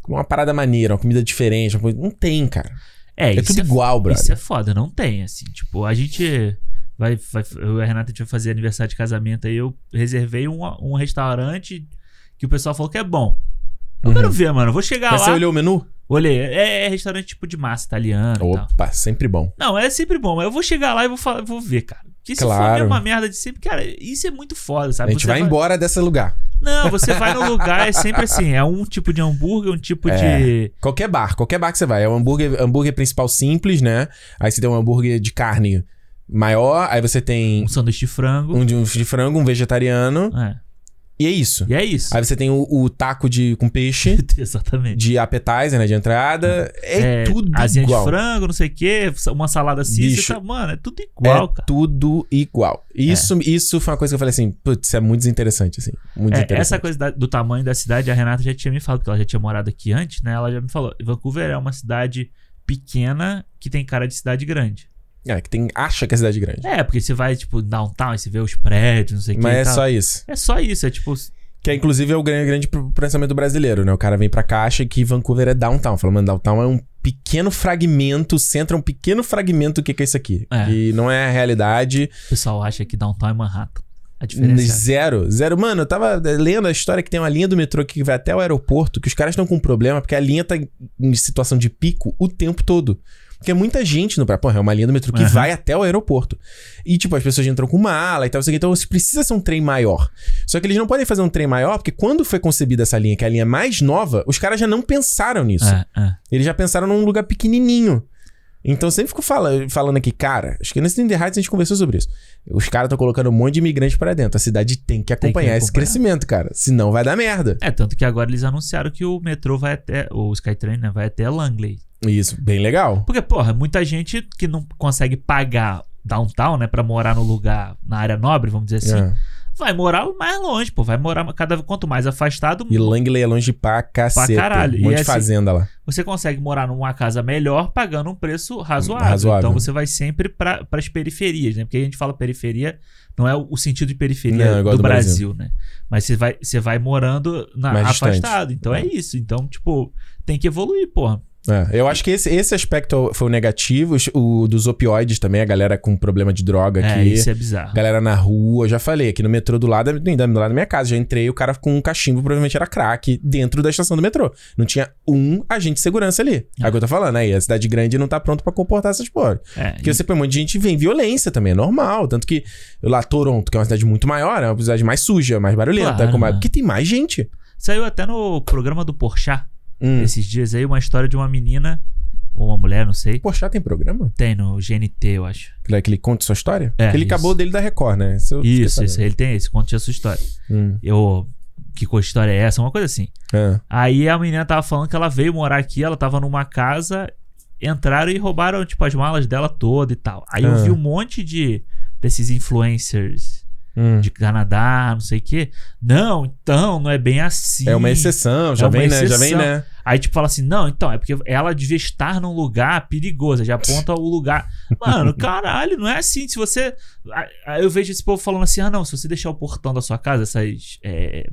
Speaker 1: comer uma parada maneira, uma comida diferente. Uma coisa... Não tem, cara.
Speaker 2: é,
Speaker 1: É,
Speaker 2: isso
Speaker 1: tudo
Speaker 2: é
Speaker 1: igual, brother.
Speaker 2: Isso é foda, não tem, assim. Tipo, a gente vai. vai eu e a Renata a gente vai fazer aniversário de casamento aí. Eu reservei um, um restaurante que o pessoal falou que é ah. bom. Eu
Speaker 1: Uhum.
Speaker 2: quero ver, mano. Eu vou chegar
Speaker 1: Mas
Speaker 2: lá.
Speaker 1: você olhou o menu?
Speaker 2: Olhei, é, é restaurante tipo de massa italiana e tal.
Speaker 1: Opa, sempre bom.
Speaker 2: Não, é sempre bom, mas eu vou chegar lá e vou, falar, vou ver, cara. Porque se for
Speaker 1: Claro.
Speaker 2: a mesma merda de sempre, cara, isso é muito foda,
Speaker 1: A
Speaker 2: sabe?
Speaker 1: gente
Speaker 2: Você
Speaker 1: vai embora desse lugar.
Speaker 2: Não, você vai no lugar, é sempre assim. É um tipo de hambúrguer, um tipo
Speaker 1: É.
Speaker 2: de.
Speaker 1: Qualquer bar, qualquer bar que você vai. É o hambúrguer, hambúrguer principal simples, né? Aí você tem um hambúrguer de carne maior, aí você tem
Speaker 2: Um sanduíche de frango.
Speaker 1: um de, um de frango, um vegetariano,
Speaker 2: É.
Speaker 1: e é isso.
Speaker 2: E é isso.
Speaker 1: Aí você tem o, o taco de, com peixe,
Speaker 2: Exatamente.
Speaker 1: de appetizer, né? De entrada. É,
Speaker 2: É,
Speaker 1: tudo
Speaker 2: asinha
Speaker 1: igual.
Speaker 2: de frango, não sei o quê, uma salada cícera,
Speaker 1: Bicho,
Speaker 2: tá- mano, é tudo igual,
Speaker 1: é
Speaker 2: cara. É.
Speaker 1: tudo igual. Isso, isso foi uma coisa que eu falei assim, putz, é muito desinteressante, assim. Muito
Speaker 2: É,
Speaker 1: interessante.
Speaker 2: essa coisa da- do tamanho da cidade, a Renata já tinha me falado, porque ela já tinha morado aqui antes, né? Ela já me falou. Vancouver é uma cidade pequena que tem cara de cidade grande.
Speaker 1: É, que tem, acha que é cidade grande.
Speaker 2: É, porque você vai, tipo, downtown e você vê os prédios, não sei o que.
Speaker 1: Mas
Speaker 2: e
Speaker 1: é
Speaker 2: tal.
Speaker 1: só isso.
Speaker 2: É só isso, é tipo.
Speaker 1: Que é, inclusive é o grande, grande pro- pensamento brasileiro, né? O cara vem pra cá, acha que Vancouver é downtown. Fala, mano, downtown é um pequeno fragmento, o centro é um pequeno fragmento do que, que é isso aqui.
Speaker 2: É.
Speaker 1: E não é a realidade.
Speaker 2: O pessoal acha que downtown é Manhattan. A diferença é
Speaker 1: Zero, zero. Mano, eu tava lendo a história que tem uma linha do metrô que vai até o aeroporto, que os caras estão com problema, porque a linha tá em- em situação de pico o tempo todo. Porque é muita gente no... Porra, é uma linha do metrô que
Speaker 2: Aham.
Speaker 1: vai até o aeroporto. E, tipo, as pessoas entram com mala e tal, não sei o quê. então precisa ser um trem maior. Só que eles não podem fazer um trem maior, porque quando foi concebida essa linha, que é a linha mais nova, os caras já não pensaram nisso.
Speaker 2: é. É, é.
Speaker 1: Eles já pensaram num lugar pequenininho. Então sempre fico fala- falando aqui, cara, acho que nesse In The Heights a gente conversou sobre isso. Os caras estão colocando um monte de imigrante pra dentro. A cidade tem que acompanhar esse
Speaker 2: acompanhar.
Speaker 1: crescimento, cara. Senão vai dar merda.
Speaker 2: É, tanto que agora eles anunciaram que o metrô vai até. O Skytrain, né? Vai até Langley.
Speaker 1: Isso, bem legal.
Speaker 2: Porque, porra, muita gente que não consegue pagar downtown, né? Pra morar no lugar, na área nobre, vamos dizer assim.
Speaker 1: É.
Speaker 2: Vai morar mais longe, pô. Vai morar cada quanto mais afastado,
Speaker 1: E Langley é longe pra cacete.
Speaker 2: caralho.
Speaker 1: Um monte
Speaker 2: E
Speaker 1: de
Speaker 2: assim,
Speaker 1: fazenda lá.
Speaker 2: você consegue morar numa casa melhor pagando um preço razoável.
Speaker 1: Razoável.
Speaker 2: Então você vai sempre para as periferias, né? Porque a gente fala periferia, não é o o sentido de periferia
Speaker 1: Não, é igual
Speaker 2: do,
Speaker 1: do
Speaker 2: Brasil, né? Mas você vai, você vai morando na-
Speaker 1: Mais distante.
Speaker 2: afastado. Então é. isso. Então, tipo, tem que evoluir, porra.
Speaker 1: É, eu acho que esse, esse aspecto foi o negativo. Os- O dos opioides também, a galera com problema de droga
Speaker 2: É,
Speaker 1: aqui.
Speaker 2: isso é bizarro.
Speaker 1: Galera na rua, eu já falei, aqui no metrô do lado, é do lado da minha casa. Já entrei, o cara com um cachimbo, provavelmente era crack, dentro da estação do metrô. Não tinha um agente de segurança ali. É o que eu tô falando, aí a cidade grande não tá pronta pra comportar essas porra.
Speaker 2: É,
Speaker 1: Porque
Speaker 2: e-
Speaker 1: você põe um monte de gente e vem violência também, é normal. Tanto que lá, Toronto, que é uma cidade muito maior, é uma cidade mais suja, mais barulhenta,
Speaker 2: Claro,
Speaker 1: com mais-
Speaker 2: né?
Speaker 1: porque tem mais gente.
Speaker 2: Saiu até no programa do Porchat
Speaker 1: Hum.
Speaker 2: esses dias aí uma história de uma menina ou uma mulher, não sei.
Speaker 1: Poxa, tem programa?
Speaker 2: Tem no GNT, eu acho.
Speaker 1: Que ele- Que ele conta sua história?
Speaker 2: É,
Speaker 1: Porque ele
Speaker 2: isso.
Speaker 1: acabou dele da Record, né? Isso, eu fiquei
Speaker 2: Isso,
Speaker 1: sabendo.
Speaker 2: isso. Ele tem esse, conte a sua história.
Speaker 1: Hum.
Speaker 2: Eu. Que co- história é essa? Uma coisa assim.
Speaker 1: É.
Speaker 2: Aí a menina tava falando que ela veio morar aqui, ela tava numa casa, entraram e roubaram, tipo, as malas dela toda e tal. Aí
Speaker 1: Ah.
Speaker 2: eu vi um monte de desses influencers
Speaker 1: Hum.
Speaker 2: de Canadá, não sei o quê. Não, então, não é bem assim.
Speaker 1: É uma exceção, já
Speaker 2: É uma
Speaker 1: vem, né? Já
Speaker 2: exceção.
Speaker 1: vem, né?
Speaker 2: Aí, tipo, fala assim, não, então, é porque ela devia estar num lugar perigoso, já aponta o lugar. Mano, caralho, não é assim. Se você. Ah, ah, Eu vejo esse povo falando assim, ah, não, se você deixar o portão da sua casa, essas. É...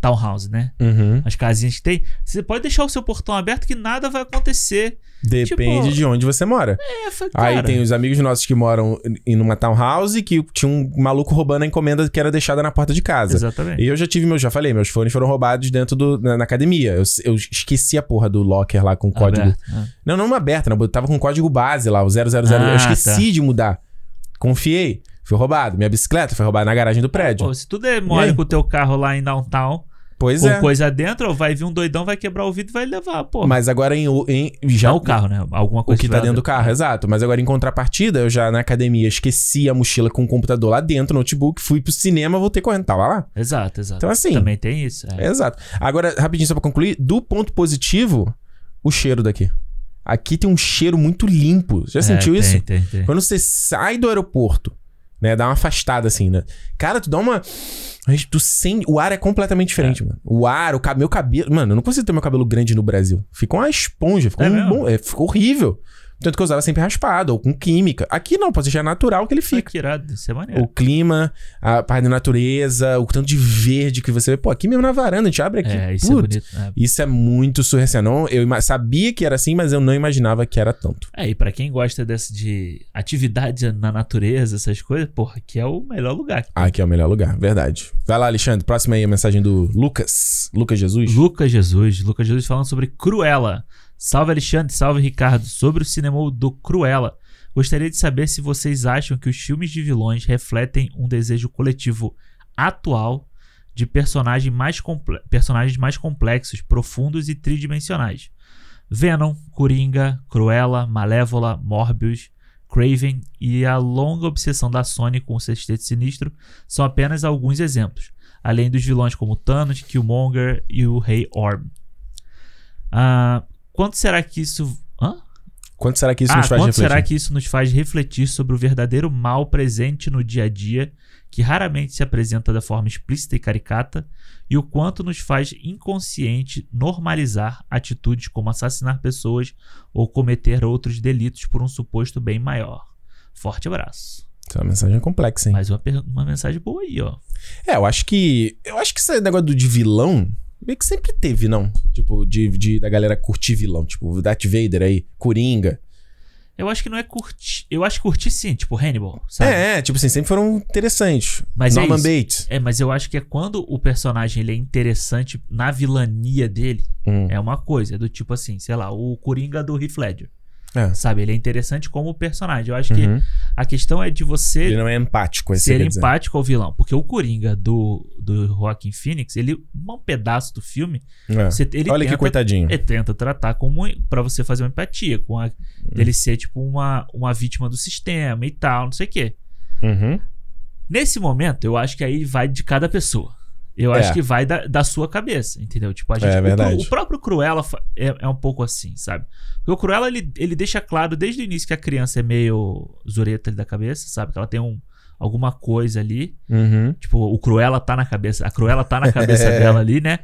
Speaker 2: Townhouse, né?
Speaker 1: Uhum.
Speaker 2: As casinhas que tem, você pode deixar o seu portão aberto que nada vai acontecer.
Speaker 1: Depende
Speaker 2: Tipo-
Speaker 1: de onde você mora.
Speaker 2: É, eu falei,
Speaker 1: Aí
Speaker 2: cara,
Speaker 1: tem os amigos nossos que moram em numa townhouse que tinha um maluco roubando a encomenda que era deixada na porta de casa.
Speaker 2: Exatamente.
Speaker 1: E eu já tive meus, já falei, meus fones foram roubados dentro do, na, na academia. Eu, eu esqueci a porra do locker lá com o código.
Speaker 2: Aberto, né?
Speaker 1: Não, não uma aberta, não. Eu tava com código base lá, o 000. eu
Speaker 2: Ah,
Speaker 1: esqueci de mudar. Confiei. Foi roubado. Minha bicicleta foi roubada na garagem do prédio.
Speaker 2: Pô, se tu der
Speaker 1: E
Speaker 2: mole
Speaker 1: aí?
Speaker 2: com o teu carro lá em downtown,
Speaker 1: É. pois
Speaker 2: com
Speaker 1: é.
Speaker 2: coisa dentro, ó, vai vir um doidão, vai quebrar o vidro e vai levar, pô.
Speaker 1: Mas agora em, em já
Speaker 2: já o carro, né? Alguma
Speaker 1: O
Speaker 2: coisa
Speaker 1: que tá
Speaker 2: vai
Speaker 1: dentro do
Speaker 2: levar.
Speaker 1: carro, exato. Mas agora, em contrapartida, eu já na academia esqueci a mochila com o computador lá dentro, notebook, fui pro cinema, voltei correndo. Tava lá.
Speaker 2: Exato, exato.
Speaker 1: Então, assim-
Speaker 2: Também tem isso. é.
Speaker 1: Exato. Agora, rapidinho, só pra concluir, do ponto positivo, o cheiro daqui. Aqui tem um cheiro muito limpo. Já
Speaker 2: É,
Speaker 1: sentiu
Speaker 2: tem,
Speaker 1: isso?
Speaker 2: Tem, tem.
Speaker 1: Quando você sai do aeroporto, né? Dá uma afastada assim, né? Cara, tu dá uma. Tu sente. O ar é completamente diferente, mano. O ar, o ca- meu cabelo. Mano, eu não consigo ter meu cabelo grande no Brasil. Ficou uma esponja, ficou,
Speaker 2: É
Speaker 1: um
Speaker 2: mesmo?
Speaker 1: bom- é, ficou horrível. Tanto que eu usava sempre raspado, ou com química. Aqui não, pode deixar é natural que ele
Speaker 2: Fica
Speaker 1: fica.
Speaker 2: tirado, isso é maneiro.
Speaker 1: O clima, a parte da natureza, o tanto de verde que você vê. Pô, aqui mesmo na varanda, a gente abre aqui.
Speaker 2: É, isso
Speaker 1: Putz,
Speaker 2: é bonito. né?
Speaker 1: Isso é muito surreal. Não, eu ima- sabia que era assim, mas eu não imaginava que era tanto.
Speaker 2: É, e pra quem gosta dessa de atividade na natureza, essas coisas, porra, aqui é o melhor lugar.
Speaker 1: Aqui é o melhor lugar, verdade. Vai lá, Alexandre. Próxima aí a mensagem do Lucas. Lucas Jesus.
Speaker 2: Lucas Jesus, Lucas Jesus falando sobre Cruella. Salve Alexandre, salve Ricardo, sobre o cinema do Cruella. Gostaria de saber se vocês acham que os filmes de vilões refletem um desejo coletivo atual de personagem mais comple- personagens mais complexos, profundos e tridimensionais. Venom, Coringa, Cruella, Malévola, Morbius, Craven e a longa obsessão da Sony com o Sexteto Sinistro são apenas alguns exemplos além dos vilões como Thanos, Killmonger e o Rei Orm. Ah, quanto será que isso. Hã?
Speaker 1: Quanto será que isso
Speaker 2: ah,
Speaker 1: nos faz
Speaker 2: quanto
Speaker 1: refletir?
Speaker 2: será que isso nos faz refletir sobre o verdadeiro mal presente no dia a dia, que raramente se apresenta da forma explícita e caricata, e o quanto nos faz inconsciente normalizar atitudes como assassinar pessoas ou cometer outros delitos por um suposto bem maior. Forte abraço.
Speaker 1: Essa é uma mensagem complexa, hein?
Speaker 2: Mais uma, per- uma mensagem boa aí, ó.
Speaker 1: É, eu acho que. Eu acho que esse negócio do de vilão. Meio que sempre teve, não. Tipo, de, de- da galera curtir vilão. Tipo, o Darth Vader aí, Coringa.
Speaker 2: Eu acho que não é curtir. Eu acho que curtir sim, tipo Hannibal, sabe?
Speaker 1: É, é, tipo assim, sempre foram interessantes.
Speaker 2: Mas é
Speaker 1: Norman
Speaker 2: isso.
Speaker 1: Bates.
Speaker 2: É, mas eu acho que é quando o personagem ele é interessante na vilania dele,
Speaker 1: Hum,
Speaker 2: é uma coisa. É do tipo assim, sei lá, o Coringa do Heath Ledger.
Speaker 1: É.
Speaker 2: Sabe? Ele é interessante como personagem. Eu acho que
Speaker 1: uhum.
Speaker 2: a questão é de
Speaker 1: Ele
Speaker 2: você
Speaker 1: não é empático, esse
Speaker 2: ser
Speaker 1: quer dizer.
Speaker 2: empático ao vilão. Porque o Coringa do, do Joaquim Phoenix, ele, um pedaço do filme,
Speaker 1: É.
Speaker 2: você- ele
Speaker 1: Olha que
Speaker 2: tenta
Speaker 1: coitadinho.
Speaker 2: ele tenta tratar como um, pra você fazer uma empatia com
Speaker 1: Uhum.
Speaker 2: a, dele ser tipo uma, uma vítima do sistema e tal, não sei o quê.
Speaker 1: Uhum.
Speaker 2: Nesse momento, eu acho que aí vai de cada pessoa. Eu
Speaker 1: É.
Speaker 2: acho que vai da, da sua cabeça, entendeu? Tipo, a gente,
Speaker 1: É
Speaker 2: o-
Speaker 1: verdade.
Speaker 2: O, próprio Cruella fa- é, é um pouco assim, sabe? Porque o Cruella, ele, ele deixa claro desde o início que a criança é meio zureta ali da cabeça, sabe? Que ela tem um, alguma coisa ali.
Speaker 1: Uhum.
Speaker 2: Tipo, o Cruella tá na cabeça. A Cruella tá na cabeça dela ali, né?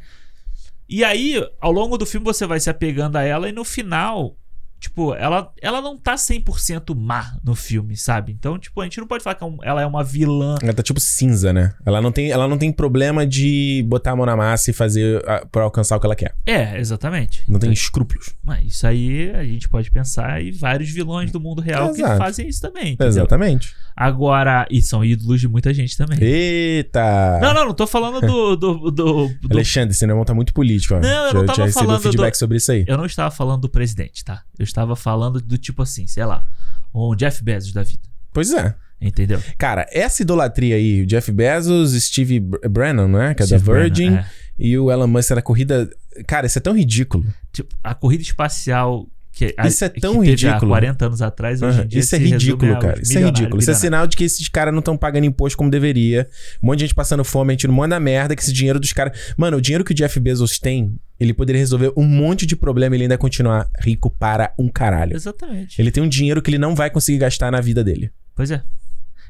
Speaker 2: E aí, ao longo do filme, você vai se apegando a ela e no final, tipo, ela, ela não tá 100% má no filme, sabe? Então, tipo, a gente não pode falar que é um- ela é uma vilã.
Speaker 1: Ela tá tipo cinza, né? Ela não tem, ela não tem problema de botar a mão na massa e fazer a, pra alcançar o que ela quer.
Speaker 2: É, exatamente. Então,
Speaker 1: Não tem escrúpulos.
Speaker 2: Mas isso aí a gente pode pensar em vários vilões do mundo real
Speaker 1: Exato.
Speaker 2: que fazem isso também. entendeu?
Speaker 1: Exatamente.
Speaker 2: Agora, e são ídolos de muita gente também.
Speaker 1: Eita!
Speaker 2: Não, não, não tô falando do. do, do, do-
Speaker 1: Alexandre, esse irmão tá muito político, ó.
Speaker 2: Não, eu
Speaker 1: já,
Speaker 2: não
Speaker 1: já
Speaker 2: tava
Speaker 1: recebi um
Speaker 2: falando
Speaker 1: feedback sobre isso aí.
Speaker 2: Eu não estava falando do presidente, tá? Eu estava falando do tipo assim, sei lá, o Jeff Bezos da vida.
Speaker 1: Pois é.
Speaker 2: Entendeu?
Speaker 1: Cara, essa idolatria aí, o Jeff Bezos, Steve Br- Brennan, né? Que é da
Speaker 2: Steve Bannon,
Speaker 1: Virgin,
Speaker 2: é.
Speaker 1: e o Elon Musk da corrida. Cara, isso é tão ridículo.
Speaker 2: Tipo, a corrida espacial que
Speaker 1: Isso é
Speaker 2: que
Speaker 1: tão
Speaker 2: teve
Speaker 1: ridículo.
Speaker 2: Há 40 anos atrás, hoje
Speaker 1: Aham.
Speaker 2: em dia
Speaker 1: Isso é
Speaker 2: se resume
Speaker 1: ridículo,
Speaker 2: a um
Speaker 1: cara. Isso é
Speaker 2: bilionário,
Speaker 1: ridículo. Isso é
Speaker 2: bilionário.
Speaker 1: sinal de que esses caras não estão pagando imposto como deveria. Um monte de gente passando fome, a gente não manda merda, que esse dinheiro dos caras. Mano, o dinheiro que o Jeff Bezos tem, ele poderia resolver um monte de problema e ele ainda continuar rico para um caralho.
Speaker 2: Exatamente.
Speaker 1: Ele tem um dinheiro que ele não vai conseguir gastar na vida dele.
Speaker 2: Pois é.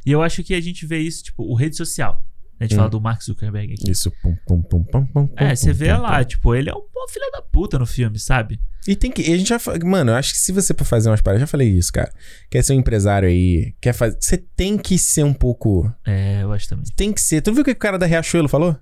Speaker 2: E eu acho que a gente vê isso, tipo, o rede social. A gente
Speaker 1: Hum.
Speaker 2: fala do Mark Zuckerberg aqui.
Speaker 1: Isso. Pum, pum, pum, pum, pum,
Speaker 2: É,
Speaker 1: pum,
Speaker 2: você
Speaker 1: pum,
Speaker 2: vê
Speaker 1: pum,
Speaker 2: lá,
Speaker 1: pum.
Speaker 2: tipo, ele é um bom filho da puta no filme, sabe?
Speaker 1: E tem que. e a gente já. fa- Mano, eu acho que se você for fazer umas paradas, já falei isso, cara. Quer ser um empresário aí, quer fazer. Você tem que ser um pouco.
Speaker 2: É, eu acho também.
Speaker 1: Tem que ser. Tu não viu o que o cara da Riachuelo falou?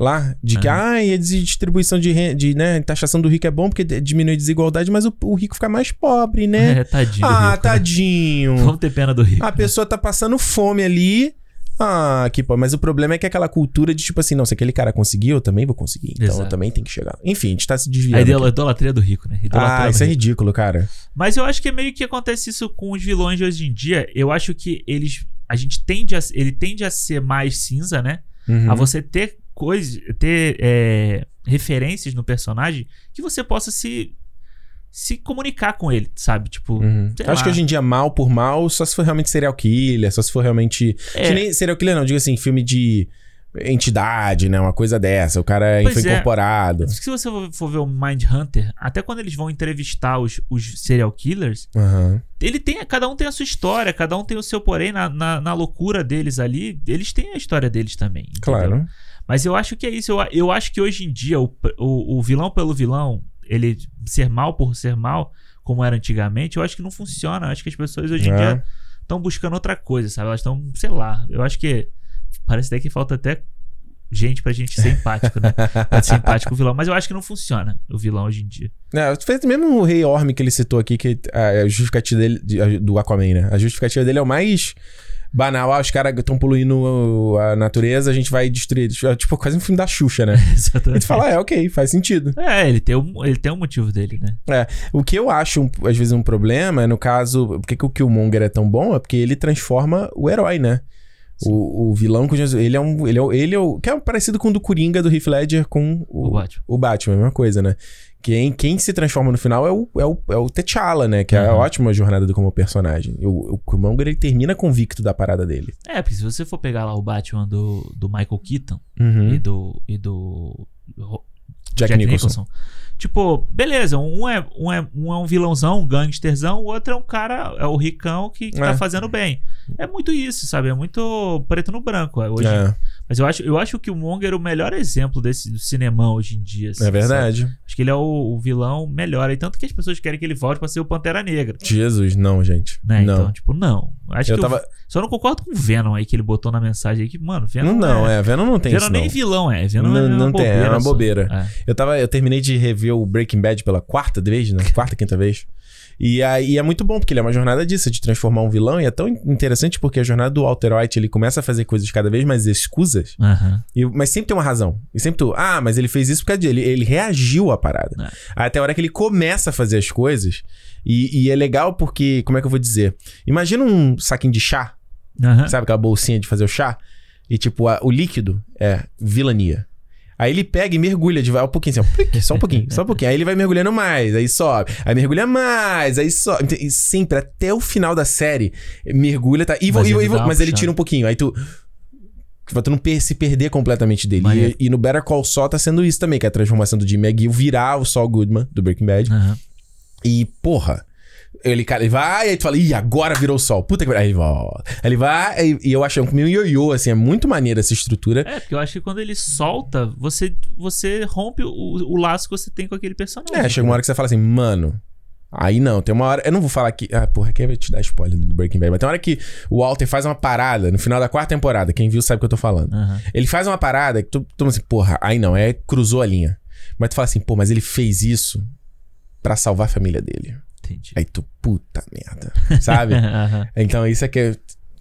Speaker 1: Lá, de que,
Speaker 2: É.
Speaker 1: ai, a des- distribuição de, ren- de né, taxação do rico é bom porque de- diminui a desigualdade, mas o, o rico fica mais pobre, né?
Speaker 2: É, tadinho. do
Speaker 1: ah,
Speaker 2: rico, né?
Speaker 1: tadinho.
Speaker 2: Vamos ter pena do rico.
Speaker 1: A pessoa tá passando fome ali. Ah, que pô, mas o problema é que é aquela cultura de tipo assim, não, se aquele cara conseguiu, eu também vou conseguir. Então eu
Speaker 2: Exato.
Speaker 1: também tenho que chegar. Enfim, a gente tá se
Speaker 2: A
Speaker 1: desviando.
Speaker 2: idol-
Speaker 1: aqui.
Speaker 2: idolatria do rico, né? Idolatria
Speaker 1: Ah,
Speaker 2: do
Speaker 1: isso é
Speaker 2: rico.
Speaker 1: ridículo, cara.
Speaker 2: Mas eu acho que é meio que acontece isso com os vilões de hoje em dia. Eu acho que eles. A gente tende a. Ele tende a ser mais cinza, né?
Speaker 1: Uhum.
Speaker 2: A você ter coisas. ter é, referências no personagem que você possa se. se comunicar com ele, sabe? Tipo.
Speaker 1: Uhum.
Speaker 2: sei
Speaker 1: Acho
Speaker 2: lá.
Speaker 1: que hoje em dia, mal por mal, só se for realmente serial killer, só se for realmente.
Speaker 2: É.
Speaker 1: Que nem serial killer, não, digo assim, filme de entidade, né? Uma coisa dessa. O cara
Speaker 2: Pois
Speaker 1: foi
Speaker 2: é.
Speaker 1: incorporado.
Speaker 2: Se você for- for ver o Mind Hunter, até quando eles vão entrevistar os, os serial killers,
Speaker 1: Aham.
Speaker 2: ele tem, cada um tem a sua história, cada um tem o seu porém na, na, na loucura deles ali, eles têm a história deles também. entendeu?
Speaker 1: Claro.
Speaker 2: Mas eu acho que é isso. Eu, a- eu acho que hoje em dia o, p- o, o vilão pelo vilão, ele ser mal por ser mal, como era antigamente, eu acho que não funciona. Eu acho que as pessoas hoje em
Speaker 1: É.
Speaker 2: dia estão buscando outra coisa, sabe? Elas estão, sei lá, eu acho que parece até que falta até gente pra gente ser empático, né? Pra ser empático com o vilão. Mas eu acho que não funciona o vilão hoje em dia.
Speaker 1: É, fez mesmo o Rei Orme que ele citou aqui, que é, a a justificativa dele, de- a- do Aquaman, né? A justificativa dele é o mais banal. Ah, os caras estão poluindo a natureza, a gente vai destruir. eles. É, Tipo, quase um filme da Xuxa, né? E
Speaker 2: Exatamente.
Speaker 1: tu fala, ah, é, ok, faz sentido.
Speaker 2: É, ele tem, um, ele tem um motivo dele, né?
Speaker 1: O que eu acho, um- às vezes, um problema é no caso. Por que que o Killmonger é tão bom? É porque ele transforma o herói, né? O, o vilão com Jesus. Ele é um. Ele é, o- ele é o. Que é parecido com o do Coringa do Heath Ledger com
Speaker 2: O
Speaker 1: o,
Speaker 2: Batman.
Speaker 1: o Batman, a mesma coisa, né? Quem, quem se transforma no final é o, é o, é o T'Challa, né? Que é a
Speaker 2: Uhum.
Speaker 1: ótima jornada do como personagem. O, o Killmonger, ele termina convicto da parada dele.
Speaker 2: É, porque se você for pegar lá o Batman do, do Michael Keaton e do. e do. Ro-
Speaker 1: Hum? Jack, Nicholson.
Speaker 2: Tipo, beleza, um é, um é, um é um vilãozão, um gangsterzão, o outro é um cara, é o ricão que, que
Speaker 1: É.
Speaker 2: tá fazendo bem. É muito isso, sabe? É muito preto no branco. é, Hoje.
Speaker 1: É,
Speaker 2: Mas eu acho, eu acho que o Monger é o melhor exemplo desse do cinemão hoje em dia. assim,
Speaker 1: é verdade.
Speaker 2: sabe? Acho que ele é o, o vilão melhor. E tanto que as pessoas querem que ele volte pra ser o Pantera Negra.
Speaker 1: Jesus, não, gente.
Speaker 2: Né?
Speaker 1: Não.
Speaker 2: Então, tipo, não. Acho
Speaker 1: eu
Speaker 2: que o-
Speaker 1: tava.
Speaker 2: Só não concordo com o Venom aí que ele botou na mensagem aí que, mano, Venom.
Speaker 1: Não, não,
Speaker 2: é.
Speaker 1: é. Venom não tem
Speaker 2: Venom
Speaker 1: isso.
Speaker 2: nem
Speaker 1: não.
Speaker 2: vilão é. Venom
Speaker 1: Não-
Speaker 2: é uma
Speaker 1: não tem, é
Speaker 2: bobeira.
Speaker 1: uma
Speaker 2: só.
Speaker 1: bobeira.
Speaker 2: É.
Speaker 1: Eu, tava, eu terminei de rever o Breaking Bad pela quarta vez, né? Quarta, quinta vez. E aí é muito bom, porque ele é uma jornada disso, de transformar um vilão. E é tão in- interessante porque a jornada do Walter White, ele começa a fazer coisas cada vez mais escusas.
Speaker 2: Aham.
Speaker 1: E- mas sempre tem uma razão. E sempre tu, ah, mas ele fez isso por causa dele. Ele, ele reagiu à parada.
Speaker 2: É.
Speaker 1: Aí Até a hora que ele começa a fazer as coisas. E, e é legal porque, como é que eu vou dizer? Imagina um saquinho de chá,
Speaker 2: Aham.
Speaker 1: sabe aquela bolsinha de fazer o chá? E tipo, a- o líquido é vilania. Aí ele pega e mergulha de vai um pouquinho, assim, ó, plic, só um pouquinho, só um pouquinho. Aí ele vai mergulhando mais, aí sobe, aí mergulha mais, aí sobe. Ent- E sempre, até o final da série, mergulha, tá? E, vo-
Speaker 2: Mas
Speaker 1: e vo-
Speaker 2: ele
Speaker 1: e vo-
Speaker 2: dá uma
Speaker 1: mas ele
Speaker 2: puxada.
Speaker 1: tira um pouquinho. Aí tu. Pra tu não per- se perder completamente dele.
Speaker 2: Maneiro.
Speaker 1: E, e no Better Call Saul tá sendo isso também, que é a transformação do Jimmy McGill virar o Saul Goodman do Breaking Bad.
Speaker 2: Aham.
Speaker 1: E, porra, ele, cara, ele vai, aí tu fala, ih, agora virou o Sol. Puta que pariu. Aí volta. Aí Ele vai, e- e eu acho que é um meio ioiô, assim, é muito maneira essa estrutura.
Speaker 2: É, porque eu acho que quando ele solta, você, você rompe o, o laço que você tem com aquele personagem.
Speaker 1: É, chega uma hora que você fala assim, mano. Aí não, tem uma hora. Eu não vou falar que. Ah, porra, quem vai te dar spoiler do Breaking Bad? Mas tem uma hora que o Walter faz uma parada no final da quarta temporada. Quem viu sabe o que eu tô falando.
Speaker 2: Aham.
Speaker 1: Ele faz uma parada que tu toma assim, porra, aí não, é cruzou a linha. Mas tu fala assim, pô, mas ele fez isso pra salvar a família dele.
Speaker 2: Entendi.
Speaker 1: Aí tu, puta merda. Sabe?
Speaker 2: Aham.
Speaker 1: Então, isso é que é,